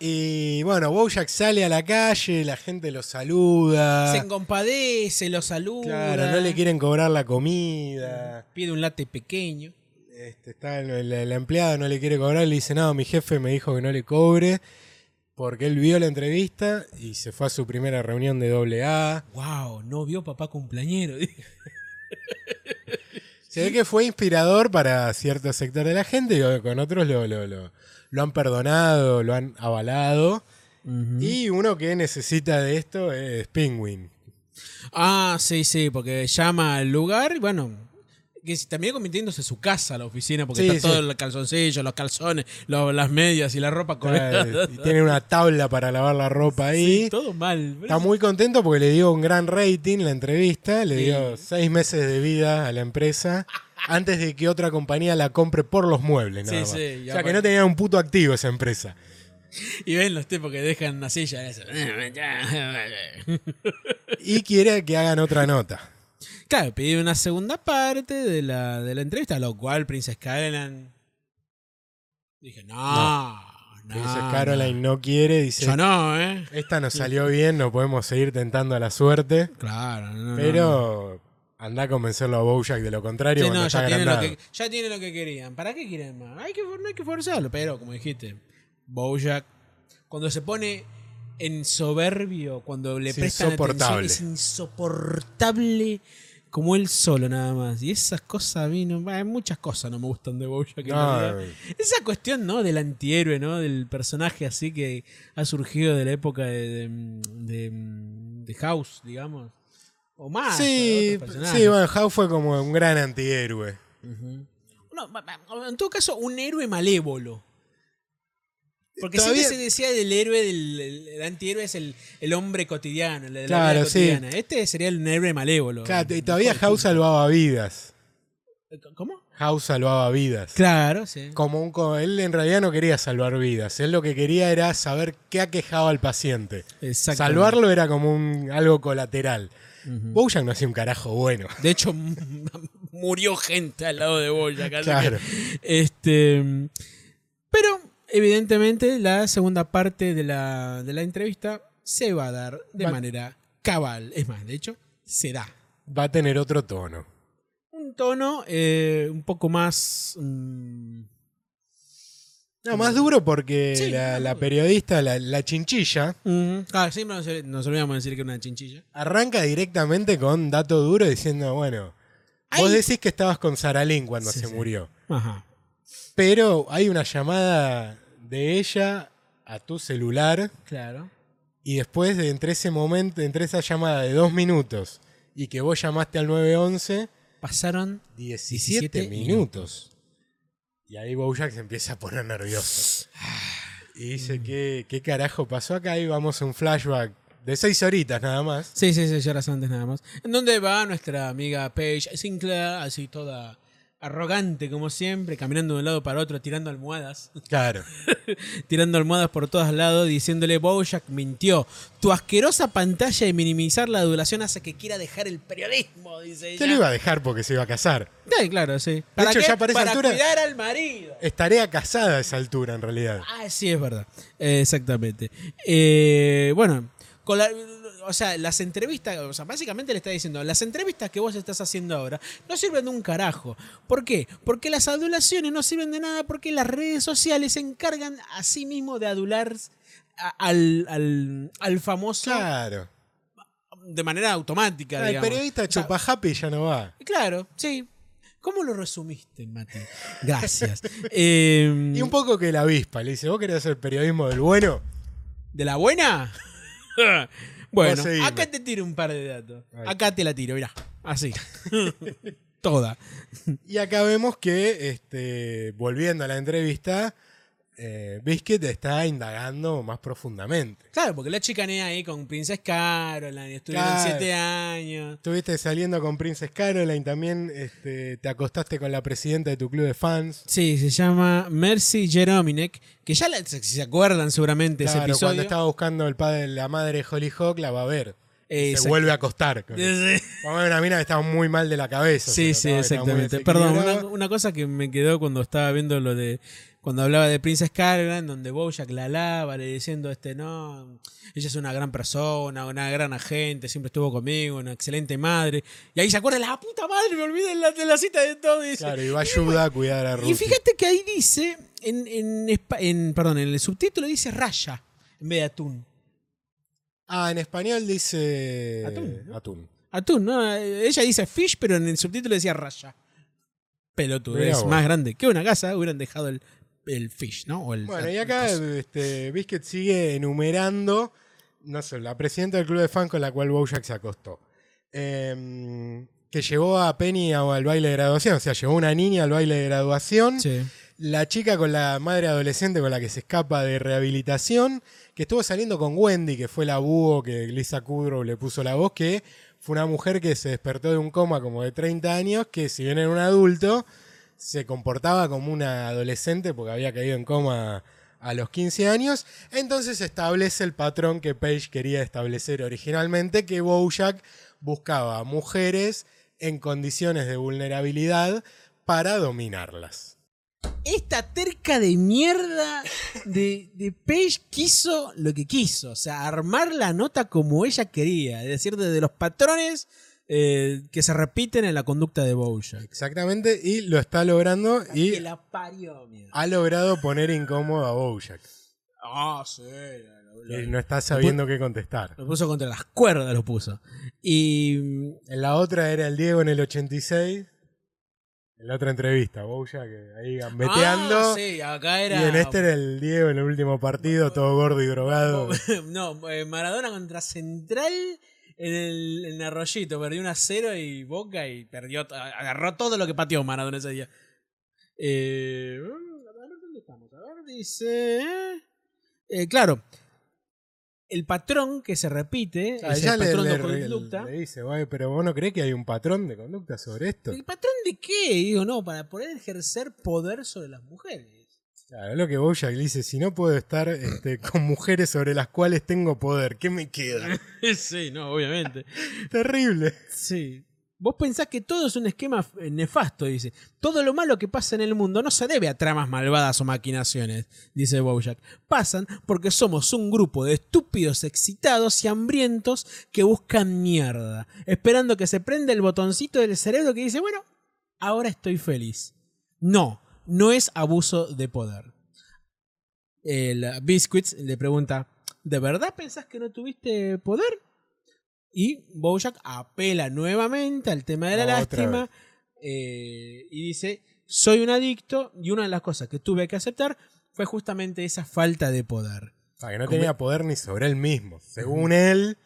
Speaker 1: Y bueno, Bojack sale a la calle, la gente lo saluda.
Speaker 2: Se compadece, lo saluda.
Speaker 1: Ah. Claro, no le quieren cobrar la comida.
Speaker 2: Pide un latte pequeño.
Speaker 1: Este, está el- la, la empleada no le quiere cobrar, le dice, no, mi jefe me dijo que no le cobre. Porque él vio la entrevista y se fue a su primera reunión de AA.
Speaker 2: ¡Wow! No vio papá cumpleañero.
Speaker 1: Se ve que fue inspirador para cierto sector de la gente y con otros lo, lo, lo- lo han perdonado, lo han avalado. Y uno que necesita de esto es Penguin.
Speaker 2: Ah, sí, sí, porque llama al lugar y bueno. Que se- termina convirtiéndose su casa, la oficina, porque
Speaker 1: Sí,
Speaker 2: está todo
Speaker 1: sí.
Speaker 2: el calzoncillo, los calzones, lo- las medias y la ropa colgada.
Speaker 1: Y tiene una tabla para lavar la ropa ahí.
Speaker 2: Todo mal.
Speaker 1: Está muy contento porque le dio un gran rating la entrevista. Le
Speaker 2: Sí.
Speaker 1: dio seis meses de vida a la empresa antes de que otra compañía la compre por los muebles. Nada
Speaker 2: Sí,
Speaker 1: más.
Speaker 2: sí, y
Speaker 1: o sea que
Speaker 2: aparte-
Speaker 1: no tenía un puto activo esa empresa.
Speaker 2: Y ven los tipos que dejan una silla. eso.
Speaker 1: Y quiere que hagan otra nota.
Speaker 2: Claro, pedí una segunda parte de la, de la entrevista, lo cual Princess Caroline dije, no, no,
Speaker 1: Entonces Caroline no quiere, dice,
Speaker 2: Ah, Yo no, ¿eh?
Speaker 1: esta nos salió bien, no podemos seguir tentando a la suerte,
Speaker 2: Claro, no, no, no.
Speaker 1: pero anda a convencerlo a Bojack de lo contrario
Speaker 2: Sí,
Speaker 1: cuando
Speaker 2: no,
Speaker 1: está
Speaker 2: ya tienen, lo
Speaker 1: agrandado.
Speaker 2: que, ya tienen lo que querían. ¿Para qué quieren más? Hay que, no hay que forzarlo. Pero, como dijiste, Bojack, cuando se pone en soberbio, cuando le
Speaker 1: Es
Speaker 2: prestan atención,
Speaker 1: insoportable.
Speaker 2: es insoportable como él solo nada más. Y esas cosas a mí no... Hay muchas cosas no me gustan de Bojack. en
Speaker 1: No, eh.
Speaker 2: realidad. Esa cuestión, ¿no? Del antihéroe, ¿no? Del personaje así que ha surgido de la época de, de, de- de House, digamos. O más.
Speaker 1: sí,
Speaker 2: otros personajes.
Speaker 1: sí, bueno, Howe fue como un gran antihéroe.
Speaker 2: No, ma- ma- en todo caso, un héroe malévolo. Porque
Speaker 1: Todavía-
Speaker 2: siempre se decía del héroe, del el- el antihéroe es el, el hombre cotidiano, la, la
Speaker 1: Claro,
Speaker 2: vida
Speaker 1: sí.
Speaker 2: cotidiana. Este sería el héroe malévolo.
Speaker 1: Claro, y todavía House salvaba vidas.
Speaker 2: ¿Cómo?
Speaker 1: House salvaba vidas.
Speaker 2: Claro, sí.
Speaker 1: Como un, co- él en realidad no quería salvar vidas, él lo que quería era saber qué aquejaba al paciente.
Speaker 2: Exactamente.
Speaker 1: Salvarlo era como un algo colateral. Bojack no hacía un carajo bueno.
Speaker 2: De hecho, m- murió gente al lado de Boya.
Speaker 1: Claro.
Speaker 2: este, pero, evidentemente, la segunda parte de la, de la entrevista se va a dar de
Speaker 1: Va-
Speaker 2: manera cabal. Es más, de hecho, se da.
Speaker 1: Va a tener otro tono.
Speaker 2: un tono eh, un poco más. mm,
Speaker 1: No, más duro porque
Speaker 2: Sí,
Speaker 1: la,
Speaker 2: más
Speaker 1: la
Speaker 2: duro.
Speaker 1: periodista, la, la chinchilla,
Speaker 2: Ah, siempre nos, nos olvidamos de decir que era una chinchilla.
Speaker 1: arranca directamente con dato duro diciendo, bueno, vos
Speaker 2: Ay.
Speaker 1: decís que estabas con Saralín cuando
Speaker 2: Sí,
Speaker 1: se
Speaker 2: sí.
Speaker 1: murió,
Speaker 2: Ajá.
Speaker 1: pero hay una llamada de ella a tu celular
Speaker 2: Claro.
Speaker 1: y después de entre ese momento, entre esa llamada de dos minutos y que vos llamaste al 911,
Speaker 2: Pasaron.
Speaker 1: 17,
Speaker 2: 17
Speaker 1: minutos. Y ahí Bojack se empieza a poner nervioso. Y dice, ¿qué, qué carajo pasó acá? Y vamos a un flashback de seis horitas nada más.
Speaker 2: Sí, sí, sí, ya horas antes nada más. En donde va nuestra amiga Paige Sinclair, así toda arrogante como siempre, caminando de un lado para otro, tirando almohadas.
Speaker 1: Claro.
Speaker 2: tirando almohadas por todos lados, diciéndole, Bojack mintió. Tu asquerosa pantalla de minimizar la adulación hace que quiera dejar el periodismo, dice
Speaker 1: Yo
Speaker 2: ella.
Speaker 1: lo iba a dejar porque se iba a casar.
Speaker 2: Sí, claro, sí. ¿Para
Speaker 1: hecho,
Speaker 2: qué?
Speaker 1: ya para esa
Speaker 2: Para
Speaker 1: altura-
Speaker 2: cuidar al marido.
Speaker 1: Estaría casada a esa altura en realidad.
Speaker 2: Ah, sí, es verdad. Eh, exactamente. Eh, bueno, con la- o sea, las entrevistas, o sea, básicamente le está diciendo, las entrevistas que vos estás haciendo ahora no sirven de un carajo. ¿Por qué? Porque las adulaciones no sirven de nada porque las redes sociales se encargan a sí mismo de adular a- al, al, al famoso
Speaker 1: Claro.
Speaker 2: de manera automática.
Speaker 1: Ah, el
Speaker 2: digamos.
Speaker 1: periodista
Speaker 2: O sea,
Speaker 1: chupa happy ya no va.
Speaker 2: Claro, sí. ¿Cómo lo resumiste, Mati? Gracias. Eh,
Speaker 1: Y un poco que la avispa. Le dice, ¿vos querés hacer periodismo del bueno?
Speaker 2: ¿De la buena? bueno,
Speaker 1: Vos seguime.
Speaker 2: acá te tiro un par de datos.
Speaker 1: Ahí.
Speaker 2: Acá te la tiro, mirá. Así. Toda.
Speaker 1: Y acá vemos que, este, volviendo a la entrevista, eh, Biscuit está indagando más profundamente.
Speaker 2: Claro, porque la chicané ahí con Princess Caroline. Estuvieron
Speaker 1: Claro.
Speaker 2: siete años.
Speaker 1: Estuviste saliendo con Princess Caroline, también este, te acostaste con la presidenta de tu club de fans.
Speaker 2: Sí, se llama Mercy Jerominek. Que ya la- si se acuerdan seguramente
Speaker 1: Claro,
Speaker 2: ese
Speaker 1: cuando
Speaker 2: episodio.
Speaker 1: estaba buscando el padre, la madre de Holly Hawk, la va a ver.
Speaker 2: Eh,
Speaker 1: se
Speaker 2: exact-
Speaker 1: vuelve a acostar. con-
Speaker 2: Sí,
Speaker 1: Vamos a ver una mina que estaba muy mal de la cabeza. se
Speaker 2: Sí, sí,
Speaker 1: notaba que estaba muy
Speaker 2: exactamente. Perdón, una,
Speaker 1: desequilibrada.
Speaker 2: una cosa que me quedó cuando estaba viendo lo de. Cuando hablaba de Princess Caroline, donde Bojack la alaba, le diciendo, este, no, ella es una gran persona, una gran agente, siempre estuvo conmigo, una excelente madre. Y ahí se acuerda, la puta madre, me olvidé la- de la cita de todo. y dice,
Speaker 1: Claro, y va a ayudar a cuidar a Ruth.
Speaker 2: y fíjate que ahí dice, en, en, espa- en- perdón, en el subtítulo dice raya en vez de atún.
Speaker 1: Ah, en español dice.
Speaker 2: Atún, ¿no?
Speaker 1: Atún.
Speaker 2: Atún, ¿no? Ella dice fish, pero en el subtítulo decía raya. Pelotudo,
Speaker 1: Mirá
Speaker 2: es
Speaker 1: vos.
Speaker 2: más grande que una casa, hubieran dejado el, el fish, ¿no? O el-
Speaker 1: Bueno, y
Speaker 2: el
Speaker 1: acá
Speaker 2: coso.
Speaker 1: este, Biscuit sigue enumerando, no sé, la presidenta del club de fans con la cual Bojack se acostó. Em, que llevó a Penny a- al baile de graduación, o sea, llevó una niña al baile de graduación.
Speaker 2: Sí.
Speaker 1: La chica con la madre adolescente con la que se escapa de rehabilitación, que estuvo saliendo con Wendy, que fue la búho que Lisa Kudrow le puso la voz, que fue una mujer que se despertó de un coma como de 30 años, que si bien era un adulto, se comportaba como una adolescente porque había caído en coma a los 15 años. Entonces se establece el patrón que Page quería establecer originalmente, que Bojack buscaba mujeres en condiciones de vulnerabilidad para dominarlas.
Speaker 2: esta terca de mierda de, de Page quiso lo que quiso. O sea, armar la nota como ella quería. Es decir, desde los patrones eh, que se repiten en la conducta de Bojack.
Speaker 1: Exactamente, y lo está logrando y
Speaker 2: Que la parió, mierda.
Speaker 1: ha logrado poner incómodo a Bojack.
Speaker 2: Ah, sí. lo- lo-
Speaker 1: Y no está sabiendo qué contestar.
Speaker 2: Lo puso contra las cuerdas, lo puso. Y mm,
Speaker 1: En la otra era el Diego en el 86. En la otra entrevista, Bojack eh, ahí gambeteando.
Speaker 2: Ah, sí, acá era.
Speaker 1: Y en este era el Diego en el último partido, todo gordo y drogado.
Speaker 2: no, eh, Maradona contra Central en el, en Arroyito. Perdió 1 a 0 y Boca y perdió. to- Agarró todo lo que pateó Maradona ese día. Eh, a ver, ¿dónde estamos? A ver, dice. eh, claro. El patrón que se repite,
Speaker 1: A
Speaker 2: es
Speaker 1: ella
Speaker 2: el
Speaker 1: Ah, le,
Speaker 2: patrón
Speaker 1: le-
Speaker 2: de conducta.
Speaker 1: le dice, "Guay, pero vos no crees que hay un patrón de conducta sobre esto.
Speaker 2: ¿El patrón de qué? Y Digo, no, para poder ejercer poder sobre las mujeres.
Speaker 1: Claro, lo que Bojack le dice, si no puedo estar este, con mujeres sobre las cuales tengo poder, ¿qué me queda?
Speaker 2: sí, no, obviamente.
Speaker 1: Terrible.
Speaker 2: Sí. Vos pensás que todo es un esquema eh, nefasto, dice. Todo lo malo que pasa en el mundo no se debe a tramas malvadas o maquinaciones, dice Bojack. Pasan porque somos un grupo de estúpidos excitados y hambrientos que buscan mierda, esperando que se prenda el botoncito del cerebro que dice, bueno, ahora estoy feliz. No, no es abuso de poder. El eh, Biscuits le pregunta, ¿de verdad pensás que no tuviste poder? Y Bojack apela nuevamente al tema de la
Speaker 1: Otra
Speaker 2: lástima eh, y dice, soy un adicto y una de las cosas que tuve que aceptar fue justamente esa falta de poder.
Speaker 1: O sea, que no
Speaker 2: Como-
Speaker 1: tenía poder ni sobre él mismo. Según él,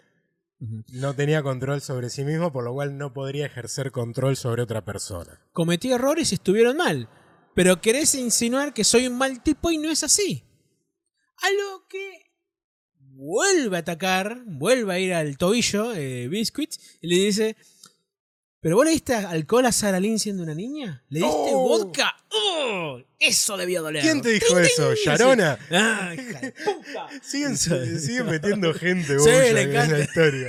Speaker 2: Ujú.
Speaker 1: no tenía control sobre sí mismo, por lo cual no podría ejercer control sobre otra persona.
Speaker 2: Cometí errores y estuvieron mal, pero querés insinuar que soy un mal tipo y no es así. A lo que vuelve a atacar, vuelve a ir al tobillo eh, Biscuits y le dice... ¿Pero vos le diste alcohol a Sara Lynn siendo una niña? ¿Le diste
Speaker 1: ¡No!
Speaker 2: vodka? ¡Oh! Eso debió doler.
Speaker 1: ¿Quién te dijo
Speaker 2: ¡Ting, ting!
Speaker 1: eso?
Speaker 2: Sí.
Speaker 1: ¿Yarona?
Speaker 2: ¡Ah, hija de puta!
Speaker 1: Siguen, siguen metiendo gente
Speaker 2: Sí,
Speaker 1: Bojack,
Speaker 2: le
Speaker 1: en
Speaker 2: encanta.
Speaker 1: la historia.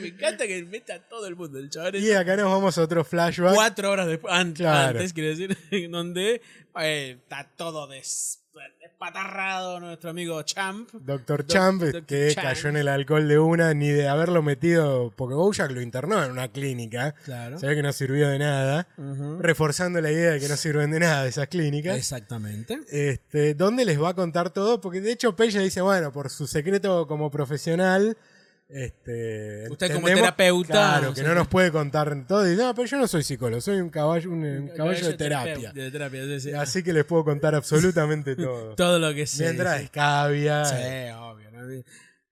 Speaker 2: Me encanta que meta a todo el mundo. El chaval
Speaker 1: Y acá nos vamos a otro flashback.
Speaker 2: cuatro horas después, an-
Speaker 1: Claro.
Speaker 2: antes, quiero decir, en donde eh, está todo des- despatarrado nuestro amigo Champ.
Speaker 1: Doctor Champ,
Speaker 2: Dr.
Speaker 1: que
Speaker 2: Champ.
Speaker 1: cayó en el alcohol de una, ni de haberlo metido, porque Bojack lo internó en una clínica.
Speaker 2: Claro.
Speaker 1: Se ve que no sirvió de nada. Reforzando la idea de que no sirven de nada esas clínicas.
Speaker 2: Exactamente.
Speaker 1: este, donde les va a contar todo, porque de hecho Pella dice, bueno, por su secreto como profesional, este,
Speaker 2: Usted como
Speaker 1: entendemos-
Speaker 2: terapeuta,
Speaker 1: claro,
Speaker 2: no
Speaker 1: que
Speaker 2: sé
Speaker 1: no
Speaker 2: qué.
Speaker 1: nos puede contar todo, y dice, no, pero yo no soy psicólogo, soy un caballo, un, un caballo de terapia,
Speaker 2: De terapia, sí, sí.
Speaker 1: así que les puedo contar absolutamente todo.
Speaker 2: Todo lo que sea.
Speaker 1: Mientras escabia,
Speaker 2: Sí,
Speaker 1: eh,
Speaker 2: obvio. ¿no?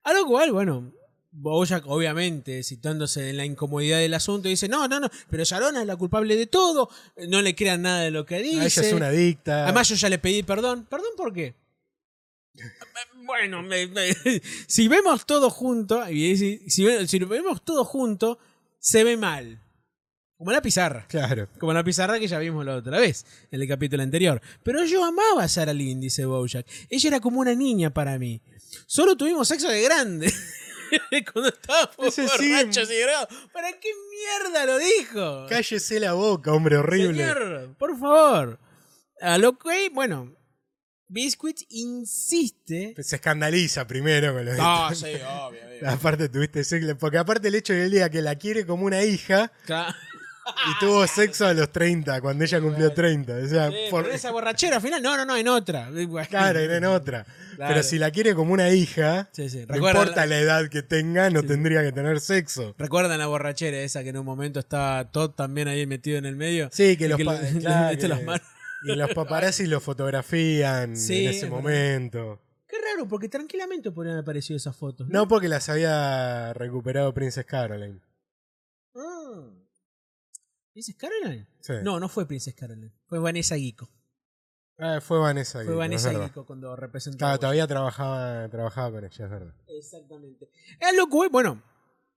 Speaker 2: A lo cual, bueno, Bojack, obviamente, citándose en la incomodidad del asunto, dice: No, no, no, pero Sharona es la culpable de todo, no le crean nada de lo que dice.
Speaker 1: ella es una adicta.
Speaker 2: Además, yo ya le pedí perdón. ¿Perdón por qué? Bueno, me- me- si vemos todo junto, y si, si ve- si lo vemos todo junto, se ve mal. Como la pizarra.
Speaker 1: claro.
Speaker 2: Como la pizarra que ya vimos la otra vez, en el capítulo anterior. Pero yo amaba a Sarah Lynn, dice Bojack. Ella era como una niña para mí. Solo tuvimos sexo de grande. Cuando estábamos
Speaker 1: Ese sí.
Speaker 2: borrachos y drogados. ¿Para qué mierda lo dijo?
Speaker 1: Cállese la boca, hombre horrible.
Speaker 2: Señor, por favor. A lo que, bueno, Biscuit insiste.
Speaker 1: Se escandaliza primero con lo de-
Speaker 2: No, sí, obvio. obvio.
Speaker 1: Aparte tuviste sexo, porque aparte el hecho de que él diga que la quiere como una hija,
Speaker 2: Claro.
Speaker 1: Y tuvo sexo a los 30, cuando ella cumplió 30. O sea,
Speaker 2: Sí,
Speaker 1: Ah, por...
Speaker 2: pero esa borrachera al final, no, no, no, en otra.
Speaker 1: claro, era en otra.
Speaker 2: Claro.
Speaker 1: Pero si la quiere como una hija,
Speaker 2: Sí, sí.
Speaker 1: no
Speaker 2: Recuerda
Speaker 1: importa la... edad que tenga, no tendría que tener sexo.
Speaker 2: ¿Recuerdan la borrachera esa que en un momento estaba Todd también ahí metido en el medio?
Speaker 1: Sí, que
Speaker 2: Y
Speaker 1: los, pa-
Speaker 2: le- le
Speaker 1: claro,
Speaker 2: mete
Speaker 1: que-
Speaker 2: las manos.
Speaker 1: Y los paparazzi lo fotografían
Speaker 2: Sí,
Speaker 1: en
Speaker 2: es
Speaker 1: ese
Speaker 2: verdad.
Speaker 1: momento.
Speaker 2: Qué raro, porque tranquilamente podrían haber aparecido esas fotos.
Speaker 1: No porque las había recuperado Princess Caroline.
Speaker 2: Mm. ¿Princess Caroline?
Speaker 1: Sí.
Speaker 2: No, no fue Princess Caroline. Fue Vanessa Guico.
Speaker 1: Ah, fue Vanessa.
Speaker 2: Fue
Speaker 1: Guico,
Speaker 2: Vanessa
Speaker 1: es verdad.
Speaker 2: Guico cuando representó. a
Speaker 1: Claro,
Speaker 2: Bojack.
Speaker 1: todavía trabajaba, trabajaba con ella, es verdad.
Speaker 2: Exactamente. Es lo que, bueno,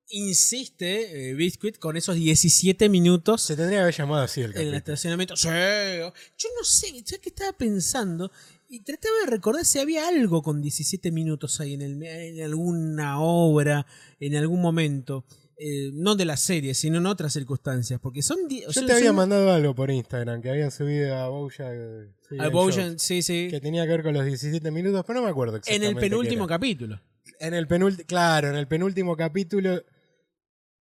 Speaker 2: insiste eh, Biscuit con esos 17 minutos
Speaker 1: Se tendría que haber llamado así el
Speaker 2: en el
Speaker 1: capítulo.
Speaker 2: estacionamiento. Sí, yo no sé, ¿sabes qué estaba pensando? Y trataba de recordar si había algo con 17 minutos ahí en, el, en alguna obra, en algún momento. eh, no de la serie, sino en otras circunstancias. Porque son. di- o
Speaker 1: Yo
Speaker 2: sea,
Speaker 1: te había
Speaker 2: son-
Speaker 1: mandado algo por Instagram, que habían subido a Bojack. eh, sí,
Speaker 2: a
Speaker 1: en
Speaker 2: Bojan,
Speaker 1: Shorts,
Speaker 2: sí, sí.
Speaker 1: Que tenía que ver con los 17 minutos, pero no me acuerdo
Speaker 2: En
Speaker 1: exactamente.
Speaker 2: el penúltimo
Speaker 1: capítulo.
Speaker 2: capítulo.
Speaker 1: En el penúltimo, claro, en el penúltimo capítulo,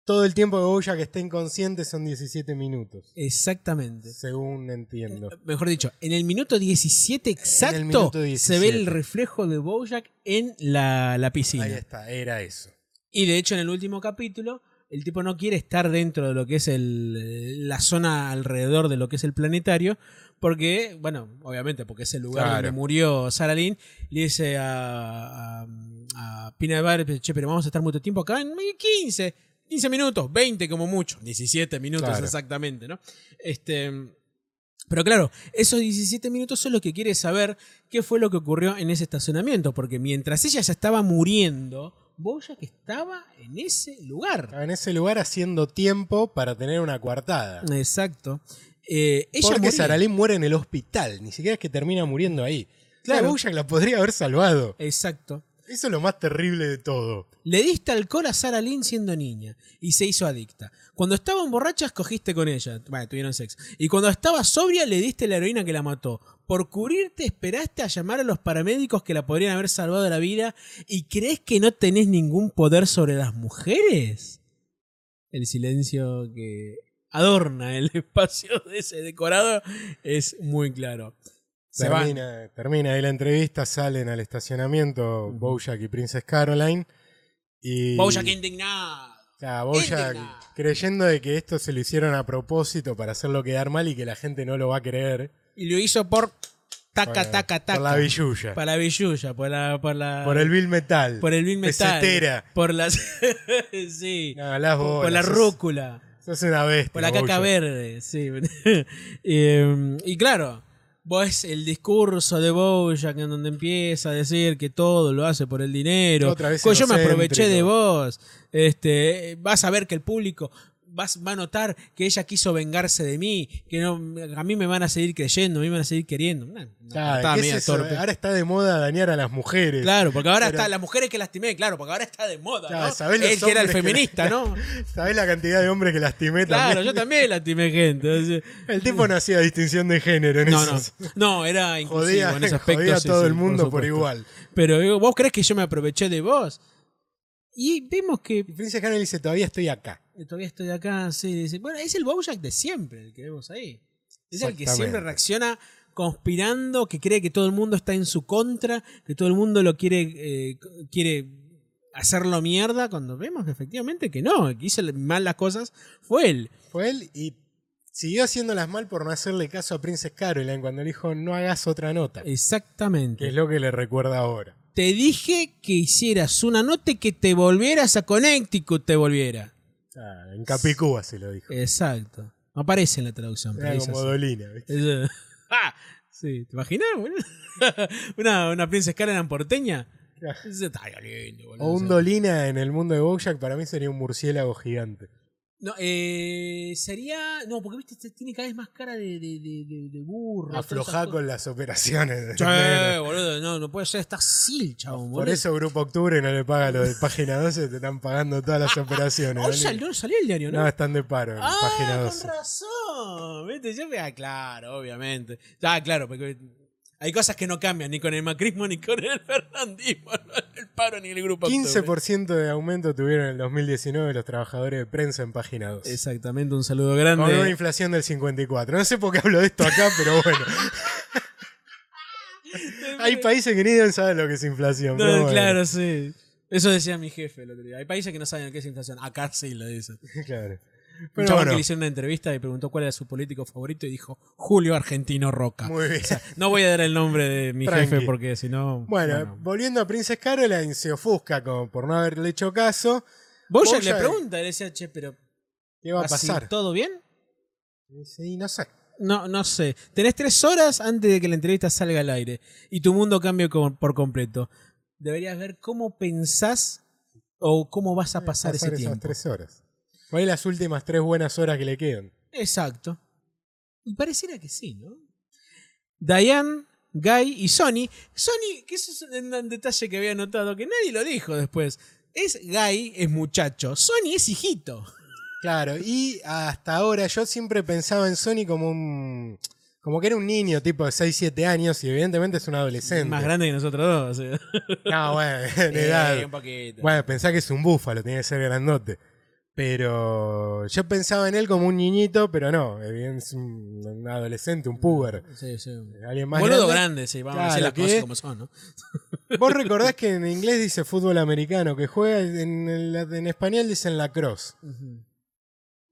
Speaker 1: todo el tiempo de Bojack está inconsciente son 17 minutos.
Speaker 2: Exactamente.
Speaker 1: Según entiendo.
Speaker 2: Mejor dicho, en el minuto 17 exacto
Speaker 1: minuto
Speaker 2: se ve
Speaker 1: 17.
Speaker 2: el reflejo de Bojack en la, la piscina.
Speaker 1: Ahí está, era eso.
Speaker 2: Y de hecho, en el último capítulo, el tipo no quiere estar dentro de lo que es el, la zona alrededor de lo que es el planetario, porque, bueno, obviamente, porque es el lugar
Speaker 1: Claro.
Speaker 2: donde murió Sarah Lynn, le dice a, a, a Pina de Bar, che, pero vamos a estar mucho tiempo acá, en 15, 15 minutos, 20 como mucho, 17 minutos
Speaker 1: Claro.
Speaker 2: exactamente, ¿no? Este. Pero claro, esos 17 minutos son los que quiere saber qué fue lo que ocurrió en ese estacionamiento, porque mientras ella ya estaba muriendo, Boya que estaba en ese lugar.
Speaker 1: Estaba en ese lugar haciendo tiempo para tener una coartada.
Speaker 2: Exacto. Eh, ella
Speaker 1: Porque
Speaker 2: moría.
Speaker 1: Saralí muere en el hospital, ni siquiera es que termina muriendo ahí. Claro,
Speaker 2: Claro.
Speaker 1: Bojack la podría haber salvado.
Speaker 2: Exacto.
Speaker 1: Eso es lo más terrible de todo.
Speaker 2: Le diste alcohol a Sarah Lynn siendo niña y se hizo adicta. Cuando estaban borrachas cogiste con ella, bueno, tuvieron sexo. Y cuando estaba sobria le diste la heroína que la mató. Por cubrirte esperaste a llamar a los paramédicos que la podrían haber salvado la vida y crees que no tenés ningún poder sobre las mujeres. El silencio que adorna el espacio de ese decorado es muy claro. Se van.
Speaker 1: Termina, termina ahí la entrevista, salen al estacionamiento
Speaker 2: Ujú.
Speaker 1: Bojack y Princess Caroline. Y
Speaker 2: Bojack indignado.
Speaker 1: O sea, Bojack
Speaker 2: Indignado.
Speaker 1: creyendo de que esto se lo hicieron a propósito para hacerlo quedar mal y que la gente no lo va a creer.
Speaker 2: Y lo hizo por taca,
Speaker 1: Por-
Speaker 2: taca, taca.
Speaker 1: Por la billulla.
Speaker 2: Para Villuya, por la. Por, la,
Speaker 1: Eh. Por el Bill Metal.
Speaker 2: por el Bill Metal.
Speaker 1: Pesetera.
Speaker 2: Por las. sí.
Speaker 1: No, las
Speaker 2: por
Speaker 1: bolas,
Speaker 2: la
Speaker 1: sos-
Speaker 2: rúcula.
Speaker 1: Sos una bestia.
Speaker 2: Por la caca
Speaker 1: Bojack.
Speaker 2: verde. Sí. Eh, y claro. Vos el discurso de Bojack en donde empieza a decir que todo lo hace por el dinero.
Speaker 1: Otra vez
Speaker 2: Pues yo me
Speaker 1: egocéntrico.
Speaker 2: aproveché de vos. Este, vas a ver que el público vas- va a notar que ella quiso vengarse de mí, que no, a mí me van a seguir creyendo, a mí me van a seguir queriendo. Una- una
Speaker 1: Claro,
Speaker 2: patada
Speaker 1: ¿qué es
Speaker 2: media
Speaker 1: eso?
Speaker 2: Ah, torpe.
Speaker 1: Ahora está de moda dañar a las mujeres.
Speaker 2: Claro, porque ahora
Speaker 1: Pero-
Speaker 2: está las mujeres que lastimé, claro, porque ahora está de moda,
Speaker 1: Claro,
Speaker 2: ¿no?
Speaker 1: ¿sabés los
Speaker 2: Él que era el
Speaker 1: hombres que-
Speaker 2: feminista, ¿no?
Speaker 1: ¿Sabés la cantidad de hombres que lastimé
Speaker 2: Claro,
Speaker 1: también?
Speaker 2: yo también lastimé gente. o sea,
Speaker 1: El tipo no hacía distinción de género en
Speaker 2: No,
Speaker 1: eso.
Speaker 2: no, no, era inclusivo
Speaker 1: Jodía,
Speaker 2: en ese aspecto.
Speaker 1: jodía a
Speaker 2: sí,
Speaker 1: todo
Speaker 2: sí,
Speaker 1: el mundo por,
Speaker 2: supuesto.
Speaker 1: igual.
Speaker 2: Pero digo, vos crees que yo me aproveché de vos. Y vemos que
Speaker 1: Y Princess Caroline dice, todavía estoy acá.
Speaker 2: eh, todavía estoy acá, sí, dice, bueno, es el Bojack de siempre, el que vemos ahí. Es el que
Speaker 1: Exactamente.
Speaker 2: siempre reacciona conspirando, que cree que todo el mundo está en su contra, que todo el mundo lo quiere, eh, quiere hacerlo mierda, cuando vemos efectivamente que no, el que hizo mal las cosas fue él.
Speaker 1: Fue él y siguió haciéndolas mal por no hacerle caso a Princess Caroline cuando le dijo, no hagas otra nota. Que es
Speaker 2: Exactamente.
Speaker 1: lo que le recuerda ahora.
Speaker 2: Te dije que hicieras una nota y que te volvieras a Connecticut, te volviera.
Speaker 1: Ah, en Capicúa se lo dijo.
Speaker 2: Exacto. No aparece en la traducción. pero
Speaker 1: Era
Speaker 2: dice
Speaker 1: como
Speaker 2: así.
Speaker 1: Dolina, ¿viste?
Speaker 2: Eso- ¡Ah! Sí, ¿te imaginas, boludo? una, una princesa Caroline porteña. Eso estaría lindo, boludo.
Speaker 1: O un
Speaker 2: O sea,
Speaker 1: Dolina en el mundo de Bojack para mí sería un murciélago gigante.
Speaker 2: no, eh, sería. No, porque viste, tiene cada vez más cara de, de, de, de- de burro.
Speaker 1: Aflojá con las operaciones.
Speaker 2: Che, boludo, no, no puede ser. Está sil, chabón, boludo.
Speaker 1: Por eso Grupo Octubre no le paga lo de página 12, te están pagando todas las operaciones.
Speaker 2: Hoy
Speaker 1: Dolina.
Speaker 2: salió, salió Ah, el diario, ¿no?
Speaker 1: No, están de paro en
Speaker 2: ah,
Speaker 1: página
Speaker 2: con
Speaker 1: 12.
Speaker 2: razón. Viste, yo me. Ah, claro, obviamente. Ah, claro, porque. Hay cosas que no cambian ni con el macrismo ni con el fernandismo, no, el paro ni el grupo. Octubre.
Speaker 1: 15% de aumento tuvieron en el 2019 los trabajadores de prensa en página 2.
Speaker 2: Exactamente, un saludo
Speaker 1: Con una
Speaker 2: grande.
Speaker 1: inflación del 54. No sé por qué hablo de esto acá, pero bueno. Hay países que ni deben saber lo que es inflación.
Speaker 2: No,
Speaker 1: pero bueno.
Speaker 2: claro, sí. Eso decía mi jefe el otro día. Hay países que no saben qué es inflación. Acá sí lo dicen.
Speaker 1: Claro.
Speaker 2: Un
Speaker 1: Pero
Speaker 2: chabón que
Speaker 1: bueno,
Speaker 2: le hicieron una entrevista y preguntó cuál era su político favorito y dijo Julio Argentino Roca.
Speaker 1: muy bien.
Speaker 2: No voy a dar el nombre de mi
Speaker 1: Tranqui.
Speaker 2: jefe porque si no.
Speaker 1: Bueno, volviendo a Princess Caroline, se ofusca como por no haberle hecho caso.
Speaker 2: Bojack
Speaker 1: Bojack-
Speaker 2: le pregunta, le decía, che, pero
Speaker 1: ¿Qué va a
Speaker 2: así,
Speaker 1: pasar?
Speaker 2: ¿Todo bien?
Speaker 1: Sí, no sé.
Speaker 2: No, no sé. Tenés tres horas antes de que la entrevista salga al aire y tu mundo cambie com- por completo. Deberías ver cómo pensás o cómo vas a pasar, ese
Speaker 1: Eh, esas
Speaker 2: tiempo.
Speaker 1: tres horas. Por ahí las últimas tres buenas horas que le quedan.
Speaker 2: Exacto. Y pareciera que sí, ¿no? Diane, Guy y Sony. Sony, que eso es un, un detalle que había notado, que nadie lo dijo después. es gay, es muchacho. Sony es hijito.
Speaker 1: Claro, y hasta ahora yo siempre pensaba en Sony como un. Como que era un niño, tipo de 6, 7 años, y evidentemente es un adolescente.
Speaker 2: Más grande que nosotros dos. eh. o sea.
Speaker 1: No, bueno, en
Speaker 2: Eh,
Speaker 1: edad.
Speaker 2: un poquito.
Speaker 1: Bueno, pensá que es un búfalo, tiene que ser grandote. Pero yo pensaba en él como un niñito, pero no, evidente- es un, un adolescente, un puber.
Speaker 2: Sí, sí.
Speaker 1: Alguien más
Speaker 2: Boludo
Speaker 1: grande.
Speaker 2: grande, sí, vamos a
Speaker 1: Claro,
Speaker 2: decir las
Speaker 1: que
Speaker 2: cosas
Speaker 1: es-
Speaker 2: como son, ¿no?
Speaker 1: Vos recordás que en inglés dice fútbol americano, que juega en, el- en español dicen lacrosse.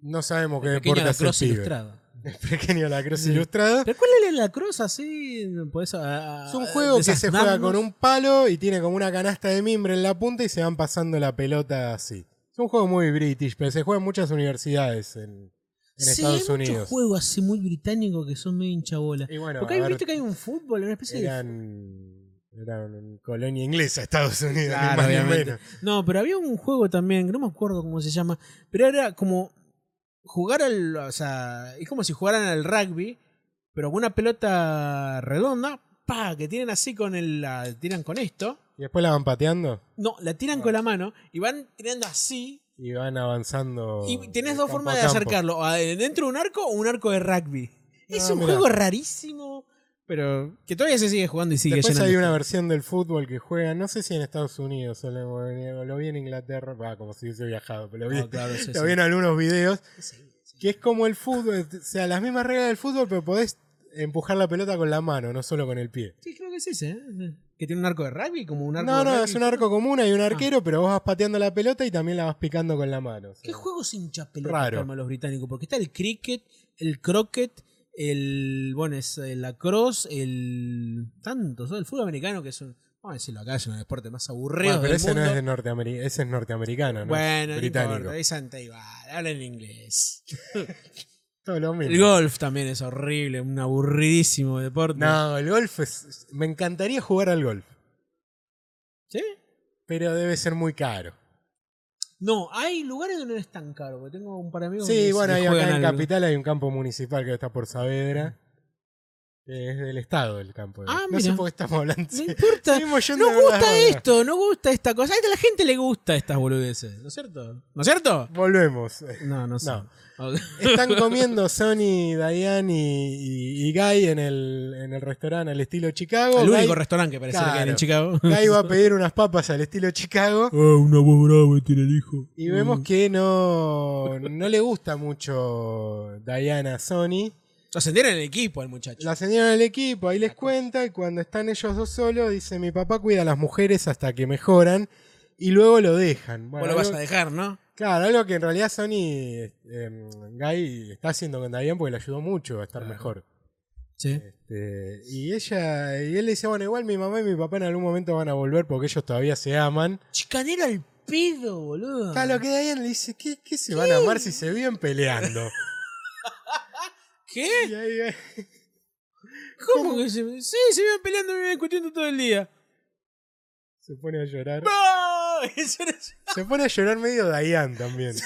Speaker 1: No sabemos qué deporte
Speaker 2: Pequeño
Speaker 1: hace el
Speaker 2: lacrosse
Speaker 1: pibe.
Speaker 2: ilustrado.
Speaker 1: El pequeño lacrosse
Speaker 2: Sí.
Speaker 1: ilustrado.
Speaker 2: ¿Pero cuál es la lacrosse así? Podés, ah,
Speaker 1: Es un juego que se juega
Speaker 2: desasnarnos.
Speaker 1: con un palo y tiene como una canasta de mimbre en la punta y se van pasando la pelota así. Es un juego muy british, pero se juega en muchas universidades en, en
Speaker 2: sí,
Speaker 1: Estados
Speaker 2: hay muchos
Speaker 1: Unidos.
Speaker 2: juegos así muy británicos que son medio hinchabola.
Speaker 1: Y bueno,
Speaker 2: Porque
Speaker 1: a
Speaker 2: hay,
Speaker 1: ver,
Speaker 2: viste que hay un fútbol, una especie de
Speaker 1: eran, eran colonia inglesa Estados Unidos, ni
Speaker 2: Claro,
Speaker 1: más ni
Speaker 2: obviamente.
Speaker 1: menos.
Speaker 2: No, pero había un juego también, que no me acuerdo cómo se llama, pero era como jugar al, o sea, es como si jugaran al rugby, pero con una pelota redonda, pa, que tienen así con el, la tiran con esto,
Speaker 1: Y después la van pateando
Speaker 2: no, la tiran con la mano y van tirando así
Speaker 1: y van avanzando.
Speaker 2: y tenés
Speaker 1: de
Speaker 2: dos
Speaker 1: Oh, campo
Speaker 2: formas
Speaker 1: a
Speaker 2: de
Speaker 1: campo.
Speaker 2: acercarlo, o dentro de un arco o un arco de rugby. Es
Speaker 1: Ah,
Speaker 2: un
Speaker 1: mirá.
Speaker 2: juego rarísimo, pero que todavía se sigue jugando y sigue
Speaker 1: Después hay
Speaker 2: llenando.
Speaker 1: una versión del fútbol que juega, no sé si en Estados Unidos, o lo lo vi en Inglaterra, bah, como si hubiese viajado, pero lo vi,
Speaker 2: Ah, claro, sí,
Speaker 1: lo
Speaker 2: sí.
Speaker 1: vi en algunos videos
Speaker 2: Sí, sí.
Speaker 1: Que es como el fútbol, o sea, las mismas reglas del fútbol, pero podés empujar la pelota con la mano, no solo con el pie.
Speaker 2: Sí, creo que es ese, ¿eh? Que tiene un arco de rugby, como un arco Ah.
Speaker 1: No,
Speaker 2: de
Speaker 1: no,
Speaker 2: rugby.
Speaker 1: es un arco común, hay un arquero, pero vos vas pateando la pelota y también la vas picando con la mano. o sea.
Speaker 2: ¿Qué juegos hincha pelotas
Speaker 1: Raro.
Speaker 2: arman los británicos? Porque está el cricket, el croquet, el. Bueno, es el lacrosse, el. Tantos, ¿no? el fútbol americano, que es un. Vamos a decirlo acá, es uno de los deportes más aburridos
Speaker 1: Bueno, pero
Speaker 2: del
Speaker 1: ese
Speaker 2: mundo.
Speaker 1: no es de Norteamérica, ese es norteamericano, ¿no?
Speaker 2: Bueno, no
Speaker 1: británico.
Speaker 2: importa, es ante igual, habla en inglés.
Speaker 1: Todo lo mismo.
Speaker 2: El golf también es horrible, un aburridísimo deporte.
Speaker 1: No, el golf es. Me encantaría jugar al golf,
Speaker 2: ¿Sí?
Speaker 1: pero debe ser muy caro.
Speaker 2: No, hay lugares donde no es tan caro, porque tengo un par de amigos que
Speaker 1: Sí, bueno,
Speaker 2: que
Speaker 1: ahí
Speaker 2: juegan
Speaker 1: acá en
Speaker 2: al-
Speaker 1: Capital hay un campo municipal que está por Saavedra. que Es del Estado el campo. de
Speaker 2: Ah,
Speaker 1: golf. no sé
Speaker 2: mira.
Speaker 1: por qué estamos hablando.
Speaker 2: No importa,
Speaker 1: Seguimos yendo
Speaker 2: No
Speaker 1: de la
Speaker 2: gusta
Speaker 1: rama.
Speaker 2: esto, no gusta esta cosa. A la gente le gusta estas boludeces, ¿no es cierto? ¿No es cierto?
Speaker 1: Volvemos.
Speaker 2: No, no sé.
Speaker 1: No.
Speaker 2: Ok.
Speaker 1: Están comiendo Sony, Diane y, y- y Guy en el, en el restaurante al estilo Chicago.
Speaker 2: El
Speaker 1: Guy,
Speaker 2: único restaurante que parece que hay en
Speaker 1: Claro.
Speaker 2: Chicago.
Speaker 1: Guy va a pedir unas papas al estilo Chicago.
Speaker 2: una voz brava tiene el hijo.
Speaker 1: Y vemos que no, no le gusta mucho Diana a Sony.
Speaker 2: Lo ascendieron en el equipo al muchacho.
Speaker 1: La señora del equipo ahí les cuenta y cuando están ellos dos solos dice mi papá cuida a las mujeres hasta que mejoran y luego lo dejan.
Speaker 2: Vos lo vas
Speaker 1: algo-
Speaker 2: a dejar, ¿no?
Speaker 1: Claro, algo que en realidad Sony eh, Guy está haciendo con Diane porque le ayudó mucho a estar
Speaker 2: Claro.
Speaker 1: mejor.
Speaker 2: Sí.
Speaker 1: Este, y ella y él le dice, bueno, igual mi mamá y mi papá en algún momento van a volver porque ellos todavía se aman.
Speaker 2: Chicanero al pedo, boludo.
Speaker 1: A lo que Diane le dice, ¿qué, qué se van a amar si se viven peleando?
Speaker 2: ¿Qué?
Speaker 1: Y ahí, eh,
Speaker 2: ¿Cómo que se.? Sí, se iban peleando, me iban discutiendo todo el día.
Speaker 1: se pone a llorar.
Speaker 2: ¡No! Eso no es
Speaker 1: Se pone a llorar medio Diane también.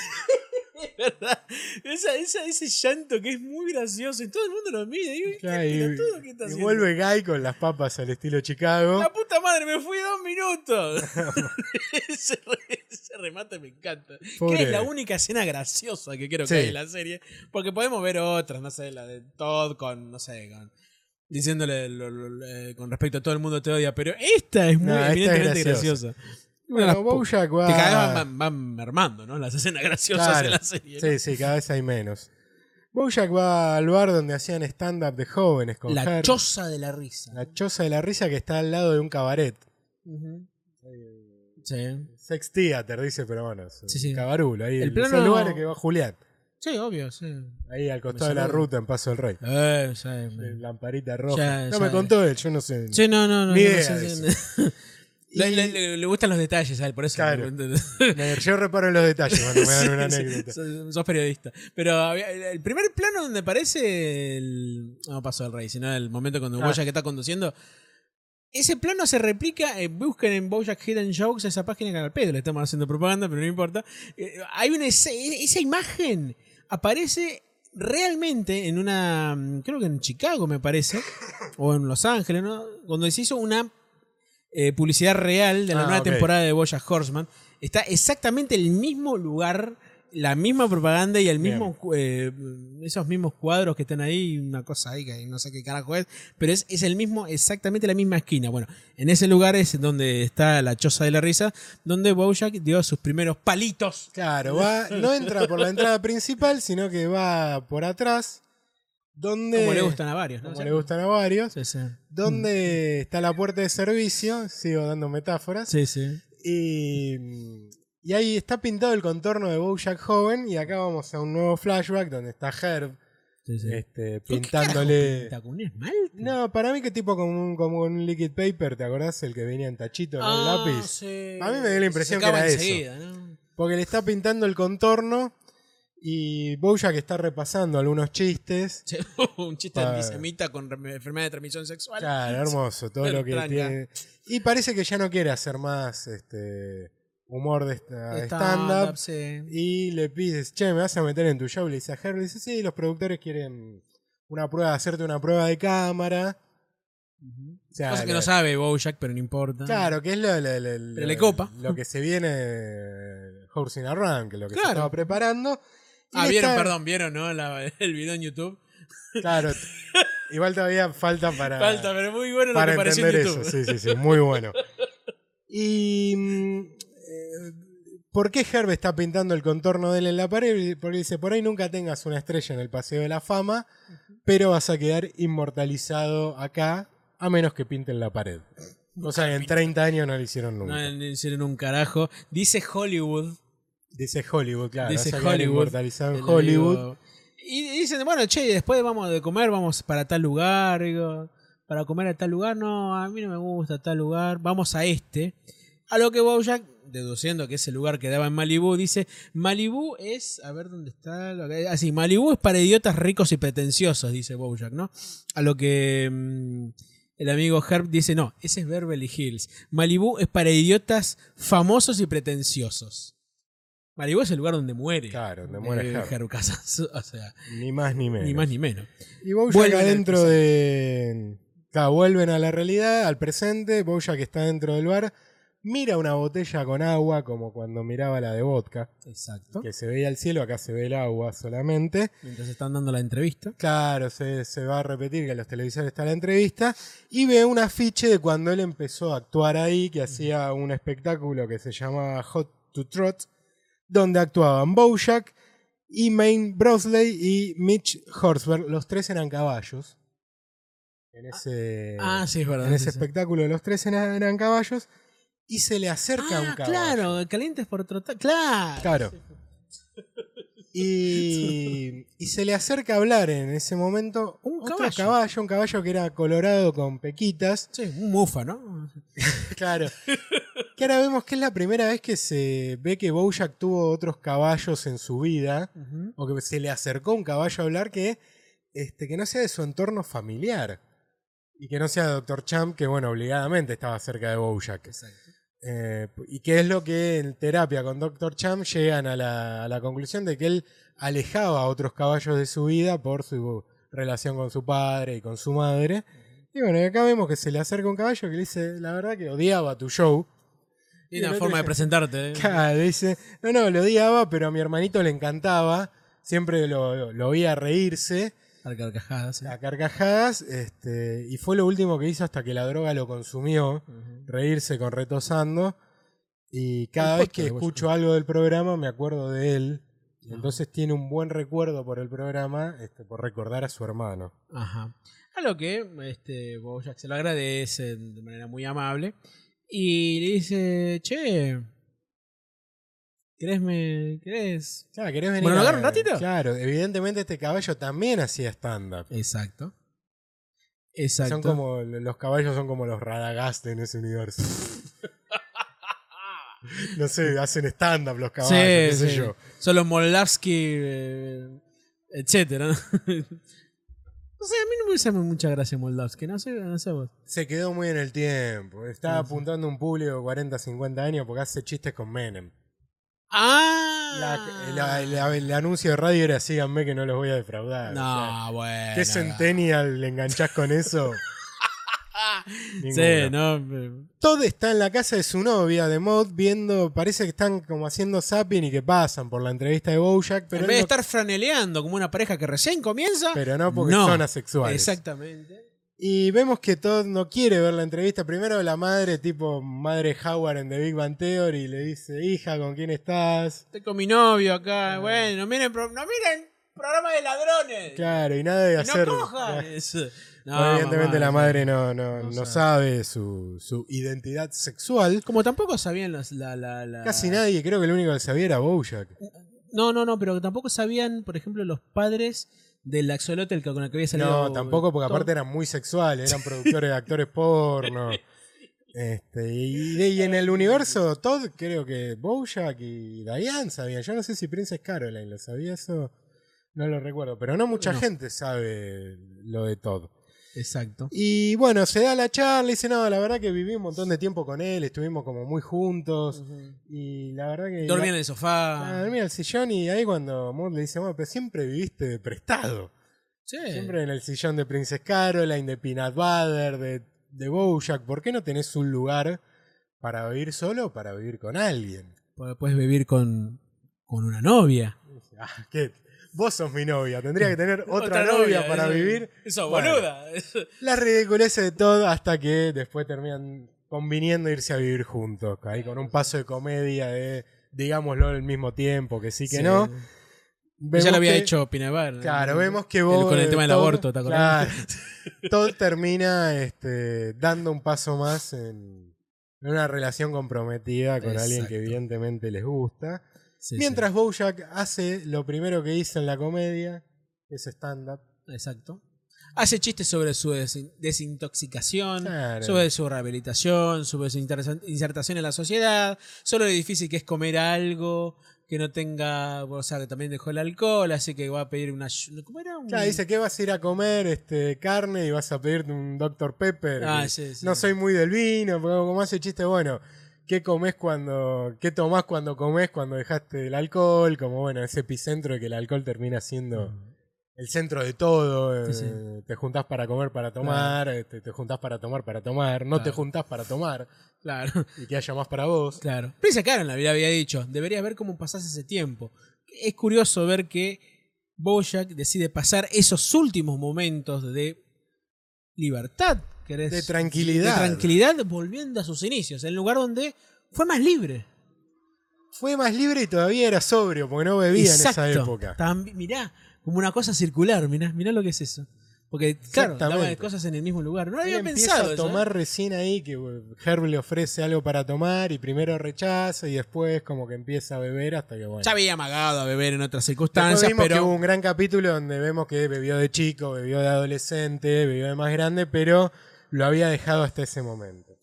Speaker 2: verdad. Esa, esa- ese llanto que es muy gracioso y todo el mundo lo mira. Digo, ¿qué
Speaker 1: Ya, y,
Speaker 2: pelotudo que está
Speaker 1: y
Speaker 2: haciendo?
Speaker 1: vuelve Guy con las papas al estilo Chicago.
Speaker 2: La puta madre, me fui dos minutos. ese, re- ese remate me encanta.
Speaker 1: Pobre.
Speaker 2: Que es la única escena graciosa que creo
Speaker 1: Sí.
Speaker 2: que hay en la serie. Porque podemos ver otras, no sé, la de Todd con, no sé, con. Diciéndole lo- lo- lo- eh, con respecto a todo el mundo te odia, pero esta es muy
Speaker 1: No, esta es
Speaker 2: evidentemente
Speaker 1: graciosa.
Speaker 2: graciosa.
Speaker 1: Bueno,
Speaker 2: las po-
Speaker 1: Bojack va-
Speaker 2: Que cada vez van, van mermando, ¿no? Las escenas graciosas
Speaker 1: Claro.
Speaker 2: en la serie. ¿no?
Speaker 1: Sí, sí, cada vez hay menos. Bojack va al bar donde hacían stand-up de jóvenes con
Speaker 2: La
Speaker 1: Harry.
Speaker 2: choza de la risa.
Speaker 1: la choza de la risa que está al lado de un cabaret.
Speaker 2: Ujú. Sí.
Speaker 1: Sex Theater, dice, pero bueno, es un
Speaker 2: Sí, sí.
Speaker 1: cabarulo. Ahí,
Speaker 2: El
Speaker 1: el
Speaker 2: plano-
Speaker 1: lugar que va Julián.
Speaker 2: Sí, obvio, sí.
Speaker 1: Ahí al costado
Speaker 2: Me
Speaker 1: de la
Speaker 2: saluda.
Speaker 1: ruta en Paso del Rey.
Speaker 2: Eh, sí, me-
Speaker 1: La Lamparita roja.
Speaker 2: Ya,
Speaker 1: no
Speaker 2: ya.
Speaker 1: me contó él, yo no sé.
Speaker 2: Sí, no, no, no.
Speaker 1: Ni
Speaker 2: no,
Speaker 1: idea
Speaker 2: no sé,
Speaker 1: de
Speaker 2: no. Le, le- le- le gustan los detalles a él, por eso.
Speaker 1: Claro. Me- Yo reparo en los detalles cuando me dan una
Speaker 2: Sí, sí,
Speaker 1: anécdota.
Speaker 2: sos- sos periodista. Pero había- el primer plano donde aparece el. No pasó el rey, sino el momento cuando
Speaker 1: Ah.
Speaker 2: Bojack está conduciendo. Ese plano se replica, eh, busquen en Bojack Hidden Jokes esa página que al pedo le estamos haciendo propaganda, pero no importa. Eh, hay una esa, esa imagen aparece realmente en una mm, creo que en Chicago me parece o en Los Ángeles, ¿no? Cuando se hizo una eh, publicidad real de la
Speaker 1: Ah,
Speaker 2: nueva
Speaker 1: ok.
Speaker 2: temporada de Bojack Horseman, Está exactamente el mismo lugar, la misma propaganda y el
Speaker 1: Bien.
Speaker 2: mismo, eh, esos mismos cuadros que están ahí, una cosa ahí que no sé qué carajo es, pero es, es el mismo, exactamente la misma esquina. Bueno, en ese lugar es donde está la choza de la risa, donde Bojack dio sus primeros palitos.
Speaker 1: Claro, va, no entra por la entrada principal, sino que va por atrás, donde...
Speaker 2: Como le gustan a varios, ¿no?
Speaker 1: como le gustan a varios.
Speaker 2: Sí, sí.
Speaker 1: Donde está la puerta de servicio, sigo dando metáforas.
Speaker 2: Mm. Sí, sí.
Speaker 1: Y, y ahí está pintado el contorno de Bojack joven. Y acá vamos a un nuevo flashback donde está Herb
Speaker 2: sí, sí.
Speaker 1: este,
Speaker 2: ¿Con qué carajo
Speaker 1: pintándole.
Speaker 2: pinta? ¿Con un esmalte?
Speaker 1: No, para mí que tipo como un, como un liquid paper, ¿te acordás? El que venía en tachito con
Speaker 2: Ah,
Speaker 1: lápiz.
Speaker 2: sí.
Speaker 1: A mí me dio la impresión
Speaker 2: Se acaba
Speaker 1: que era
Speaker 2: enseguida, ¿no?
Speaker 1: Porque le está pintando el contorno y Bojack está repasando algunos chistes.
Speaker 2: Sí, un chiste
Speaker 1: Para-
Speaker 2: antisemita con re- enfermedad de transmisión sexual.
Speaker 1: Claro, hermoso, todo
Speaker 2: Pero
Speaker 1: lo que
Speaker 2: tranca.
Speaker 1: tiene. Y parece que ya no quiere hacer más este humor de esta- de stand-up.
Speaker 2: Stand-up, sí.
Speaker 1: y le pides, che, me vas a meter en tu show. Le dice a Herb, le dice, sí, los productores quieren una prueba, hacerte una prueba de cámara. O sea,
Speaker 2: Cosa que
Speaker 1: lo-
Speaker 2: no sabe Bojack, pero no importa.
Speaker 1: Claro, que es lo, lo- lo- lo-
Speaker 2: Pero le copa.
Speaker 1: lo que se viene eh, Horse in a Run, que lo que se
Speaker 2: Claro.
Speaker 1: estaba preparando. Y
Speaker 2: Ah,
Speaker 1: le
Speaker 2: vieron,
Speaker 1: está-
Speaker 2: perdón, vieron, ¿no? La- el video en YouTube.
Speaker 1: Claro, t- igual todavía falta para,
Speaker 2: Falta, pero muy bueno lo que
Speaker 1: para
Speaker 2: apareció en
Speaker 1: entender
Speaker 2: YouTube.
Speaker 1: eso. Sí, sí, sí, muy bueno. Y... mm, eh, ¿Por qué Herb está pintando el contorno de él en la pared? Porque dice, por ahí nunca tengas una estrella en el Paseo de la Fama, pero vas a quedar inmortalizado acá, a menos que pinten la pared. O sea, en 30 años no lo hicieron
Speaker 2: No,
Speaker 1: nunca.
Speaker 2: le hicieron un carajo. Dice Hollywood.
Speaker 1: Dice Hollywood, claro.
Speaker 2: Dice
Speaker 1: vas a quedar
Speaker 2: Hollywood.
Speaker 1: Inmortalizado en
Speaker 2: el
Speaker 1: Hollywood.
Speaker 2: amigo- Y dicen, bueno, che, después vamos de comer, vamos para tal lugar, digo, para comer a tal lugar, no, a mí no me gusta tal lugar, vamos a este. A lo que Bojack, deduciendo que ese lugar quedaba en Malibú, dice, Malibú es, a ver dónde está, así, Malibú Ah, es para idiotas ricos y pretenciosos, dice Bojack, ¿no? A lo que mm, el amigo Herb dice, no, ese es Beverly Hills. Malibú es para idiotas famosos y pretenciosos. Malibú es el lugar donde muere.
Speaker 1: Claro, donde muere
Speaker 2: eh,
Speaker 1: Herb.
Speaker 2: Herb Casas. O sea,
Speaker 1: Ni más ni menos.
Speaker 2: ni más ni menos.
Speaker 1: Y Bojack
Speaker 2: Vuelven al
Speaker 1: adentro
Speaker 2: presente.
Speaker 1: de. Claro, vuelven a la realidad, al presente. Bojack está dentro del bar. Mira una botella con agua, como cuando miraba la de vodka,
Speaker 2: Exacto.
Speaker 1: que se veía el cielo, acá se ve el agua solamente.
Speaker 2: Mientras están dando la entrevista.
Speaker 1: Eh, Claro, se, se va a repetir que en los televisores está la entrevista. Y ve un afiche de cuando él empezó a actuar ahí, que hacía un espectáculo que se llamaba Hot to Trot, donde actuaban Bojack, Emaine Brosley y Mitch Horsberg. Los tres eran caballos. En ese,
Speaker 2: ah, sí, es verdad.
Speaker 1: en ese
Speaker 2: sí, sí.
Speaker 1: espectáculo, los tres eran, eran caballos. Y se le acerca un
Speaker 2: Ah,
Speaker 1: caballo.
Speaker 2: claro, calientes por trotar. Claro.
Speaker 1: Claro. Y, y se le acerca a hablar en ese momento
Speaker 2: Un
Speaker 1: otro
Speaker 2: caballo.
Speaker 1: un caballo que era colorado con pequitas.
Speaker 2: Sí, un mufa, ¿no?
Speaker 1: Claro. Que ahora vemos que es la primera vez que se ve que Bojack tuvo otros caballos en su vida,
Speaker 2: Ujú.
Speaker 1: o que se le acercó un caballo a hablar que, este, que no sea de su entorno familiar. Y que no sea Dr. Champ, que bueno, obligadamente estaba cerca de Bojack.
Speaker 2: Exacto.
Speaker 1: Eh, y que es lo que en terapia con Dr. Cham llegan a la, a la conclusión de que él alejaba a otros caballos de su vida por su relación con su padre y con su madre. Y bueno, y acá vemos que se le acerca un caballo que le dice, la verdad que odiaba tu show.
Speaker 2: Y
Speaker 1: Y el
Speaker 2: una
Speaker 1: otro
Speaker 2: forma de
Speaker 1: dice,
Speaker 2: presentarte. ¿eh?
Speaker 1: Claro, dice, no, no, lo odiaba, pero a mi hermanito le encantaba. Siempre lo, lo, lo oía reírse
Speaker 2: Dar carcajadas. sí.
Speaker 1: a carcajadas. Este, y fue lo último que hizo hasta que la droga lo consumió
Speaker 2: Ujú.
Speaker 1: reírse con retosando. Y
Speaker 2: El
Speaker 1: cada vez
Speaker 2: podcast
Speaker 1: que
Speaker 2: de Bojack.
Speaker 1: escucho algo del programa me acuerdo de él. Y Entonces tiene un buen recuerdo por el programa, este, por recordar a su hermano.
Speaker 2: Ajá. A lo que este, Bojack se lo agradece de manera muy amable. Y le dice, che, ¿querés me... ¿Querés?
Speaker 1: Claro, ¿querés venir
Speaker 2: Bueno,
Speaker 1: a-
Speaker 2: agarra un ratito.
Speaker 1: Claro, evidentemente este caballo también hacía stand-up.
Speaker 2: Exacto. Exacto.
Speaker 1: Son como, los caballos son como los Radagast en ese universo. no sé, hacen stand-up los caballos, qué sé
Speaker 2: sí.
Speaker 1: yo.
Speaker 2: Son los Molavsky, eh, etcétera. ¿no? no sé, a mí no me hace mucha gracia Moldavsky, no sé, no sé vos.
Speaker 1: Se quedó muy en el tiempo. Está apuntando a un público de 40, 50 años porque hace chistes con Menem.
Speaker 2: ¡Ah!
Speaker 1: La- la- la- el anuncio de radio era síganme que no los voy a defraudar. O sea,
Speaker 2: no, bueno.
Speaker 1: ¿Qué centennial le enganchás con eso?
Speaker 2: Ah, sí, no.
Speaker 1: Todd está en la casa de su novia, de Mod, viendo, parece que están como haciendo zapping y que pasan por la entrevista de Bojack, pero,
Speaker 2: en vez de
Speaker 1: él no,
Speaker 2: estar franeleando como una pareja que recién comienza.
Speaker 1: pero no porque son asexuales.
Speaker 2: Exactamente.
Speaker 1: Y vemos que Todd no quiere ver la entrevista. Primero la madre, tipo madre Howard en The Big Bang Theory, le dice, hija, ¿con quién estás?
Speaker 2: Estoy con mi novio
Speaker 1: Ah.
Speaker 2: acá. Bueno, no miren, pro- no miren programa de ladrones.
Speaker 1: Claro, y nada de
Speaker 2: no
Speaker 1: hacer...
Speaker 2: cojan. Eso. No,
Speaker 1: Evidentemente
Speaker 2: mamá,
Speaker 1: la
Speaker 2: no.
Speaker 1: madre no, no,
Speaker 2: no
Speaker 1: no sabe su, su identidad sexual.
Speaker 2: Como tampoco sabían las- la, la, la-
Speaker 1: Casi nadie, creo que el único que sabía era Bojack.
Speaker 2: No, no, no, pero tampoco sabían, por ejemplo, los padres del axolotl que- con el que había salido.
Speaker 1: No, tampoco, porque
Speaker 2: Tom.
Speaker 1: aparte eran muy sexuales, eran productores de actores porno. Este, y, y en el universo, Todd, creo que Bojack y Diane sabían. Yo no sé si Princess Caroline lo sabía eso, no lo recuerdo. Pero no mucha
Speaker 2: No.
Speaker 1: gente sabe lo de Todd.
Speaker 2: Exacto.
Speaker 1: Y bueno, se da la charla y dice, no, la verdad que viví un montón de tiempo con él, estuvimos como muy juntos. Y la verdad que...
Speaker 2: Dormía en el
Speaker 1: Ah,
Speaker 2: sofá.
Speaker 1: dormía en el sillón y ahí cuando Moore le dice, bueno, pero siempre viviste de prestado.
Speaker 2: Sí.
Speaker 1: Siempre en el sillón de Princess Caroline, de Peanut Butter, de, de Bojack. ¿Por qué no tenés un lugar para vivir solo o para vivir con alguien?
Speaker 2: Porque Pues Puedes vivir con, con una novia.
Speaker 1: Ah, ¿qué? Vos sos mi novia, tendría que tener otra, novia, para
Speaker 2: eso-
Speaker 1: vivir.
Speaker 2: Eso,
Speaker 1: Bueno.
Speaker 2: boluda.
Speaker 1: La ridiculez de todo hasta que después terminan conviniendo irse a vivir juntos. Ahí con un paso de comedia de, digámoslo, al mismo tiempo, que sí que no.
Speaker 2: Ya
Speaker 1: Vemos
Speaker 2: lo había
Speaker 1: que-
Speaker 2: hecho Pinabar.
Speaker 1: Claro, vemos que
Speaker 2: El-
Speaker 1: vos.
Speaker 2: Con el tema del
Speaker 1: Todd-
Speaker 2: aborto, ¿te acordás?
Speaker 1: claro, Todd termina este, dando un paso más en, en una relación comprometida con alguien que
Speaker 2: Exacto.
Speaker 1: evidentemente les gusta.
Speaker 2: Sí, sí.
Speaker 1: Mientras Bojack hace lo primero que hizo en la comedia, que es stand-up.
Speaker 2: Exacto. Hace chistes sobre su desin- desintoxicación,
Speaker 1: Claro.
Speaker 2: sobre su rehabilitación, sobre su interesa- insertación en la sociedad, sobre lo difícil que es comer algo que no tenga, o sea, que también dejó el alcohol, así que va a pedir una... sh- ¿Cómo era? Un-
Speaker 1: Claro, dice que vas a ir a comer este, carne y vas a pedirte un Dr. Pepper.
Speaker 2: Ah,
Speaker 1: Y
Speaker 2: sí, sí.
Speaker 1: No soy muy del vino, pero como hace chiste, bueno, ¿qué comes cuando, qué tomás cuando comes cuando dejaste el alcohol? Como bueno, ese epicentro de que el alcohol termina siendo el centro de todo.
Speaker 2: Mm. Sí,
Speaker 1: eh, Te juntás para comer, para
Speaker 2: Claro.
Speaker 1: tomar, este, te juntás para tomar, para tomar, no te
Speaker 2: Claro.
Speaker 1: juntás para tomar
Speaker 2: Claro,
Speaker 1: y que haya más para vos.
Speaker 2: claro. Prince Karen la vida había dicho, deberías ver cómo pasás ese tiempo. Es curioso ver que Bojack decide pasar esos últimos momentos de libertad, querés
Speaker 1: De tranquilidad.
Speaker 2: de tranquilidad volviendo a sus inicios, el lugar donde fue más libre.
Speaker 1: Fue más libre y todavía era sobrio, porque no bebía en esa época.
Speaker 2: Tambi- mirá, como una cosa circular, mirá, mirá lo que es eso. Porque, claro, daban
Speaker 1: Exactamente.
Speaker 2: cosas en el mismo lugar. No lo había
Speaker 1: Él
Speaker 2: pensado.
Speaker 1: empieza a
Speaker 2: eso, ¿eh?
Speaker 1: tomar recién ahí que bueno, Herb le ofrece algo para tomar y primero rechaza y después como que empieza a beber hasta que bueno.
Speaker 2: Ya había amagado a beber en otras
Speaker 1: Después
Speaker 2: circunstancias,
Speaker 1: vimos que hubo
Speaker 2: pero.
Speaker 1: un gran capítulo donde vemos que bebió de chico, bebió de adolescente, bebió de más grande, pero lo había dejado hasta ese momento.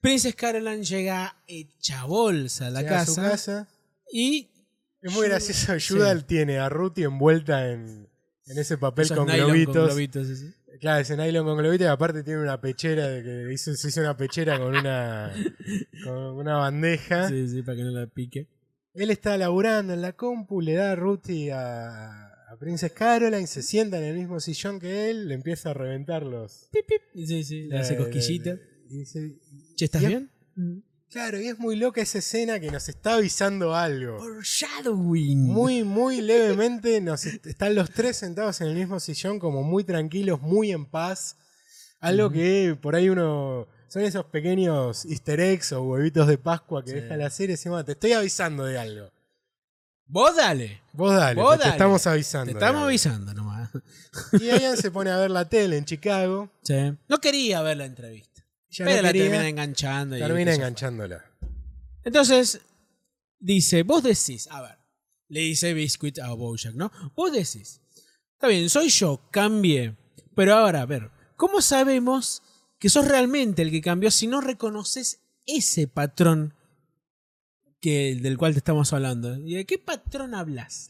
Speaker 2: Princess Caroline llega hecha bolsa a la
Speaker 1: Llega a su
Speaker 2: casa,
Speaker 1: casa.
Speaker 2: y.
Speaker 1: Es muy gracioso. Judal tiene a Ruti envuelta en, en ese papel
Speaker 2: esos
Speaker 1: con
Speaker 2: nylon
Speaker 1: globitos.
Speaker 2: globitos, sí, sí.
Speaker 1: Claro, ese nylon con globita y aparte tiene una pechera de que hizo- se hizo una pechera con una con una bandeja.
Speaker 2: Sí, sí, para que no la pique.
Speaker 1: Él está laburando en la compu, le da a Ruti a, a Princess Caroline, se sienta en el mismo sillón que él, le empieza a reventar los. eh,
Speaker 2: Pip, pip. Sí, sí, le hace
Speaker 1: la- la-
Speaker 2: cosquillita.
Speaker 1: y dice-
Speaker 2: Che, ¿estás
Speaker 1: y es-
Speaker 2: bien?
Speaker 1: Mm. Claro, y es muy loca esa escena que nos está avisando algo.
Speaker 2: Foreshadowing.
Speaker 1: Muy, muy levemente nos est- están los tres sentados en el mismo sillón, como muy tranquilos, muy en paz. Algo que por ahí uno. Son esos pequeños easter eggs o huevitos de Pascua que
Speaker 2: Sí.
Speaker 1: deja la serie. Encima te estoy avisando de algo.
Speaker 2: Vos dale.
Speaker 1: Vos dale,
Speaker 2: Vos
Speaker 1: te- te
Speaker 2: dale.
Speaker 1: estamos avisando.
Speaker 2: Te
Speaker 1: de
Speaker 2: estamos
Speaker 1: algo.
Speaker 2: avisando nomás.
Speaker 1: Y Ian se pone a ver la tele en Chicago.
Speaker 2: No quería ver la entrevista.
Speaker 1: Ya
Speaker 2: pero
Speaker 1: no
Speaker 2: la
Speaker 1: quería,
Speaker 2: termina enganchando. y-
Speaker 1: termina enganchándola.
Speaker 2: Entonces, dice, vos decís, a ver, le dice Biscuit a Bojack, ¿no? Vos decís, está bien, soy yo, cambié. Pero ahora, a ver, ¿cómo sabemos que sos realmente el que cambió si no reconoces ese patrón que, del cual te estamos hablando? ¿Y de qué patrón hablas?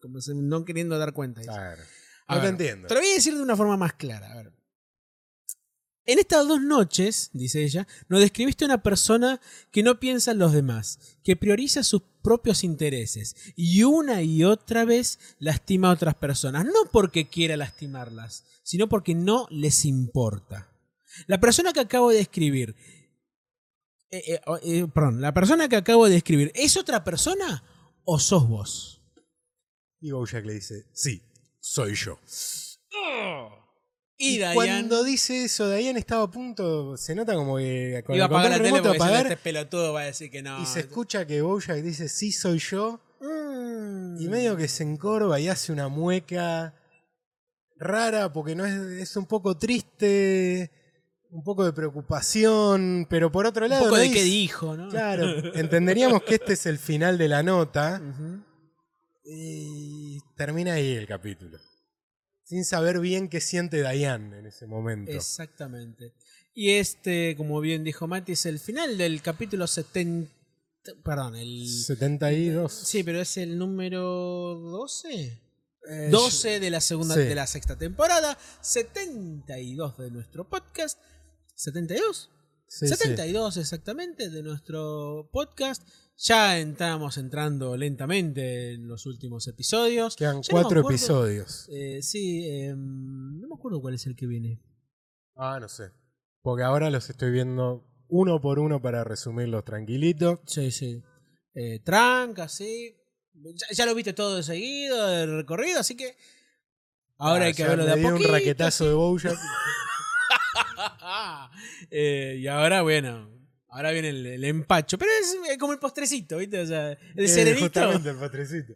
Speaker 2: Como se- no queriendo dar cuenta. dice.
Speaker 1: Claro.
Speaker 2: A
Speaker 1: No te
Speaker 2: ver,
Speaker 1: entiendo.
Speaker 2: Te lo voy a decir de una forma más clara. A ver. En estas dos noches, dice ella, nos describiste una persona que no piensa en los demás, que prioriza sus propios intereses y una y otra vez lastima a otras personas, no porque quiera lastimarlas, sino porque no les importa. La persona que acabo de escribir. eh, eh, o- eh, perdón, la persona que acabo de escribir, ¿es otra persona o sos vos?
Speaker 1: Y Bojack le dice, sí, soy yo.
Speaker 2: Y, Diane
Speaker 1: cuando dice eso, Diane estaba a punto, se nota como que con
Speaker 2: iba a
Speaker 1: el
Speaker 2: apagar
Speaker 1: control
Speaker 2: la tele
Speaker 1: remoto
Speaker 2: porque
Speaker 1: apagar,
Speaker 2: decía, este pelotudo va a decir que no.
Speaker 1: y se escucha que Bojack dice, sí, soy yo.
Speaker 2: Mm.
Speaker 1: Y medio que se encorva y hace una mueca rara porque no es, es un poco triste, un poco de preocupación, pero por otro
Speaker 2: Un
Speaker 1: lado...
Speaker 2: poco
Speaker 1: no
Speaker 2: de qué
Speaker 1: dice-
Speaker 2: dijo, ¿no?
Speaker 1: Claro, entenderíamos que este es el final de la nota y termina ahí el capítulo. Sin saber bien qué siente Diane en ese momento.
Speaker 2: Exactamente. Y este, como bien dijo Mati, es el final del capítulo 70. Perdón, el.
Speaker 1: 72.
Speaker 2: Sí, pero es el número 12.
Speaker 1: Eh,
Speaker 2: 12 de la segunda
Speaker 1: sí.
Speaker 2: de la sexta temporada, 72 de nuestro podcast. 72?
Speaker 1: sí, sí.
Speaker 2: 72 exactamente de nuestro podcast. Ya estamos entrando lentamente en los últimos episodios.
Speaker 1: Quedan
Speaker 2: Ya no me
Speaker 1: cuatro
Speaker 2: acuerdo-
Speaker 1: episodios.
Speaker 2: Eh, sí, em, no me acuerdo cuál es el que viene.
Speaker 1: Ah, no sé. Porque ahora los estoy viendo uno por uno para resumirlos tranquilito.
Speaker 2: Sí, sí. Eh, tranca, sí. Ya, ya lo viste todo de seguido, de recorrido, así que ahora hay que
Speaker 1: Ayer
Speaker 2: verlo de
Speaker 1: Ah, me
Speaker 2: a
Speaker 1: di
Speaker 2: poquito.
Speaker 1: un raquetazo de Bojack.
Speaker 2: Eh, y ahora, bueno, ahora viene el, el empacho. Pero es, eh, como el postrecito, ¿viste? O sea, el
Speaker 1: Eh,
Speaker 2: cerebrito.
Speaker 1: justamente, el potrecito.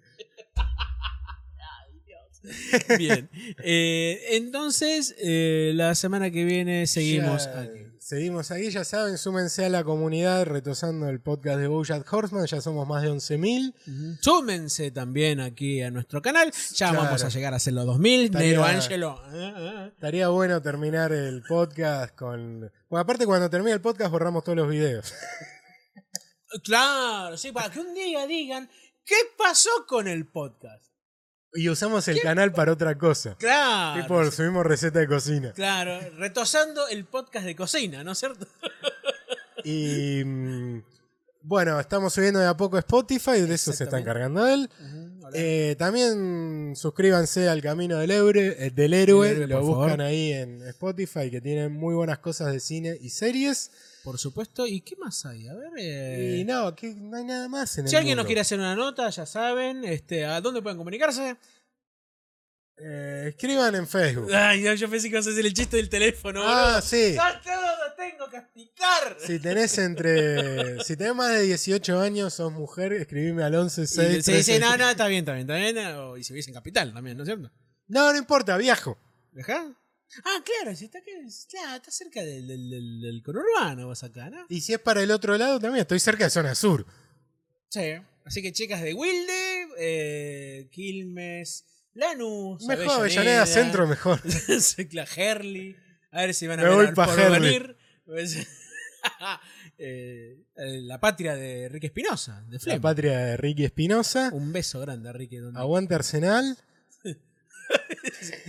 Speaker 2: Bien. Eh, entonces, eh, la semana que viene seguimos
Speaker 1: Ya,
Speaker 2: aquí.
Speaker 1: Seguimos aquí, ya saben, súmense a la comunidad retosando el podcast de Bojack Horseman, ya somos más de 11.000.
Speaker 2: Súmense también aquí a nuestro canal. Ya
Speaker 1: Claro.
Speaker 2: vamos a llegar a hacer los 2000.
Speaker 1: Estaría-
Speaker 2: Nero Ángelo. eh, eh, eh.
Speaker 1: Estaría bueno terminar el podcast con... Bueno, aparte cuando termina el podcast borramos todos los videos.
Speaker 2: Claro, sí, para que un día digan qué pasó con el podcast.
Speaker 1: Y usamos el canal para otra cosa.
Speaker 2: Claro.
Speaker 1: tipo, subimos receta de cocina.
Speaker 2: Claro, retosando el podcast de cocina, ¿no es cierto?
Speaker 1: Y mm, bueno, estamos subiendo de a poco a Spotify, de eso se está
Speaker 2: Exactamente.
Speaker 1: encargando él. Eh, también suscríbanse al Camino del, Héroe, eh, del Héroe,
Speaker 2: Del Héroe,
Speaker 1: lo
Speaker 2: por
Speaker 1: buscan
Speaker 2: favor.
Speaker 1: ahí en Spotify, que tienen muy buenas cosas de cine y series.
Speaker 2: Por supuesto, ¿y qué más hay? A ver. eh,
Speaker 1: Y no, aquí no hay nada más en
Speaker 2: si
Speaker 1: el
Speaker 2: alguien nos
Speaker 1: mundo.
Speaker 2: quiere hacer una nota, ya saben, este, ¿a dónde pueden comunicarse?
Speaker 1: Eh, escriban en Facebook.
Speaker 2: Ay, no, yo pensé que ibas a hacer el chiste del teléfono.
Speaker 1: Ah,
Speaker 2: boludo.
Speaker 1: sí.
Speaker 2: Ya todo lo tengo que explicar.
Speaker 1: Si tenés entre. Si tenés más de 18 años, sos mujer, escribime al 11
Speaker 2: Y
Speaker 1: 6
Speaker 2: se dice,
Speaker 1: 13.
Speaker 2: no, no, está bien, está bien, está bien. eh, o- y se hubiese en capital también, ¿no es cierto?
Speaker 1: No, no importa, viajo.
Speaker 2: ¿Dejá? Ah, claro, si está, acá, claro, está cerca del, del- del- del conurbano vas acá, ¿no?
Speaker 1: Y si es para el otro lado, también estoy cerca de zona sur.
Speaker 2: Sí. Así que chicas de Wilde, eh, Quilmes, Lanús,
Speaker 1: Mejor Avellaneda Centro, mejor.
Speaker 2: la Herli. A ver si van a
Speaker 1: Me
Speaker 2: ver
Speaker 1: voy
Speaker 2: al
Speaker 1: pa' Herli.
Speaker 2: porvenir. Pues, eh, la patria de Enrique Espinosa, de
Speaker 1: La
Speaker 2: Flem.
Speaker 1: patria de Ricky Espinosa.
Speaker 2: Un beso grande, Enrique. Donde
Speaker 1: Aguante Arsenal.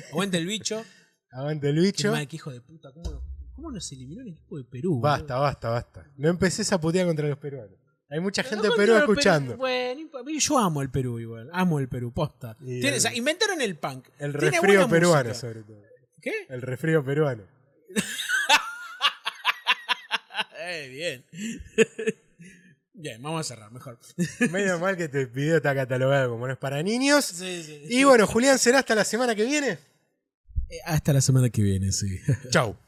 Speaker 2: aguante el bicho.
Speaker 1: Aguante el
Speaker 2: Qué
Speaker 1: bicho.
Speaker 2: mal, qué hijo de puta. ¿Cómo, no- cómo nos eliminó el equipo de Perú? boludo?
Speaker 1: Basta, basta, basta. No empecé a putear contra los peruanos. Hay mucha gente de
Speaker 2: No,
Speaker 1: Perú
Speaker 2: no, pero-
Speaker 1: escuchando.
Speaker 2: bueno, imp- yo amo el Perú igual. Amo el Perú, posta.
Speaker 1: Y
Speaker 2: Tiene-
Speaker 1: el-
Speaker 2: o sea, inventaron el punk.
Speaker 1: El
Speaker 2: Tiene
Speaker 1: resfrío
Speaker 2: buena
Speaker 1: peruano,
Speaker 2: música.
Speaker 1: sobre todo.
Speaker 2: ¿Qué?
Speaker 1: El resfrío peruano.
Speaker 2: Eh, bien. bien, vamos a cerrar mejor.
Speaker 1: Menos mal que este video está catalogado como no es para niños.
Speaker 2: Sí, sí.
Speaker 1: Y bueno, Julián, será hasta la semana que viene.
Speaker 2: Eh, Hasta la semana que viene, sí.
Speaker 1: Chau.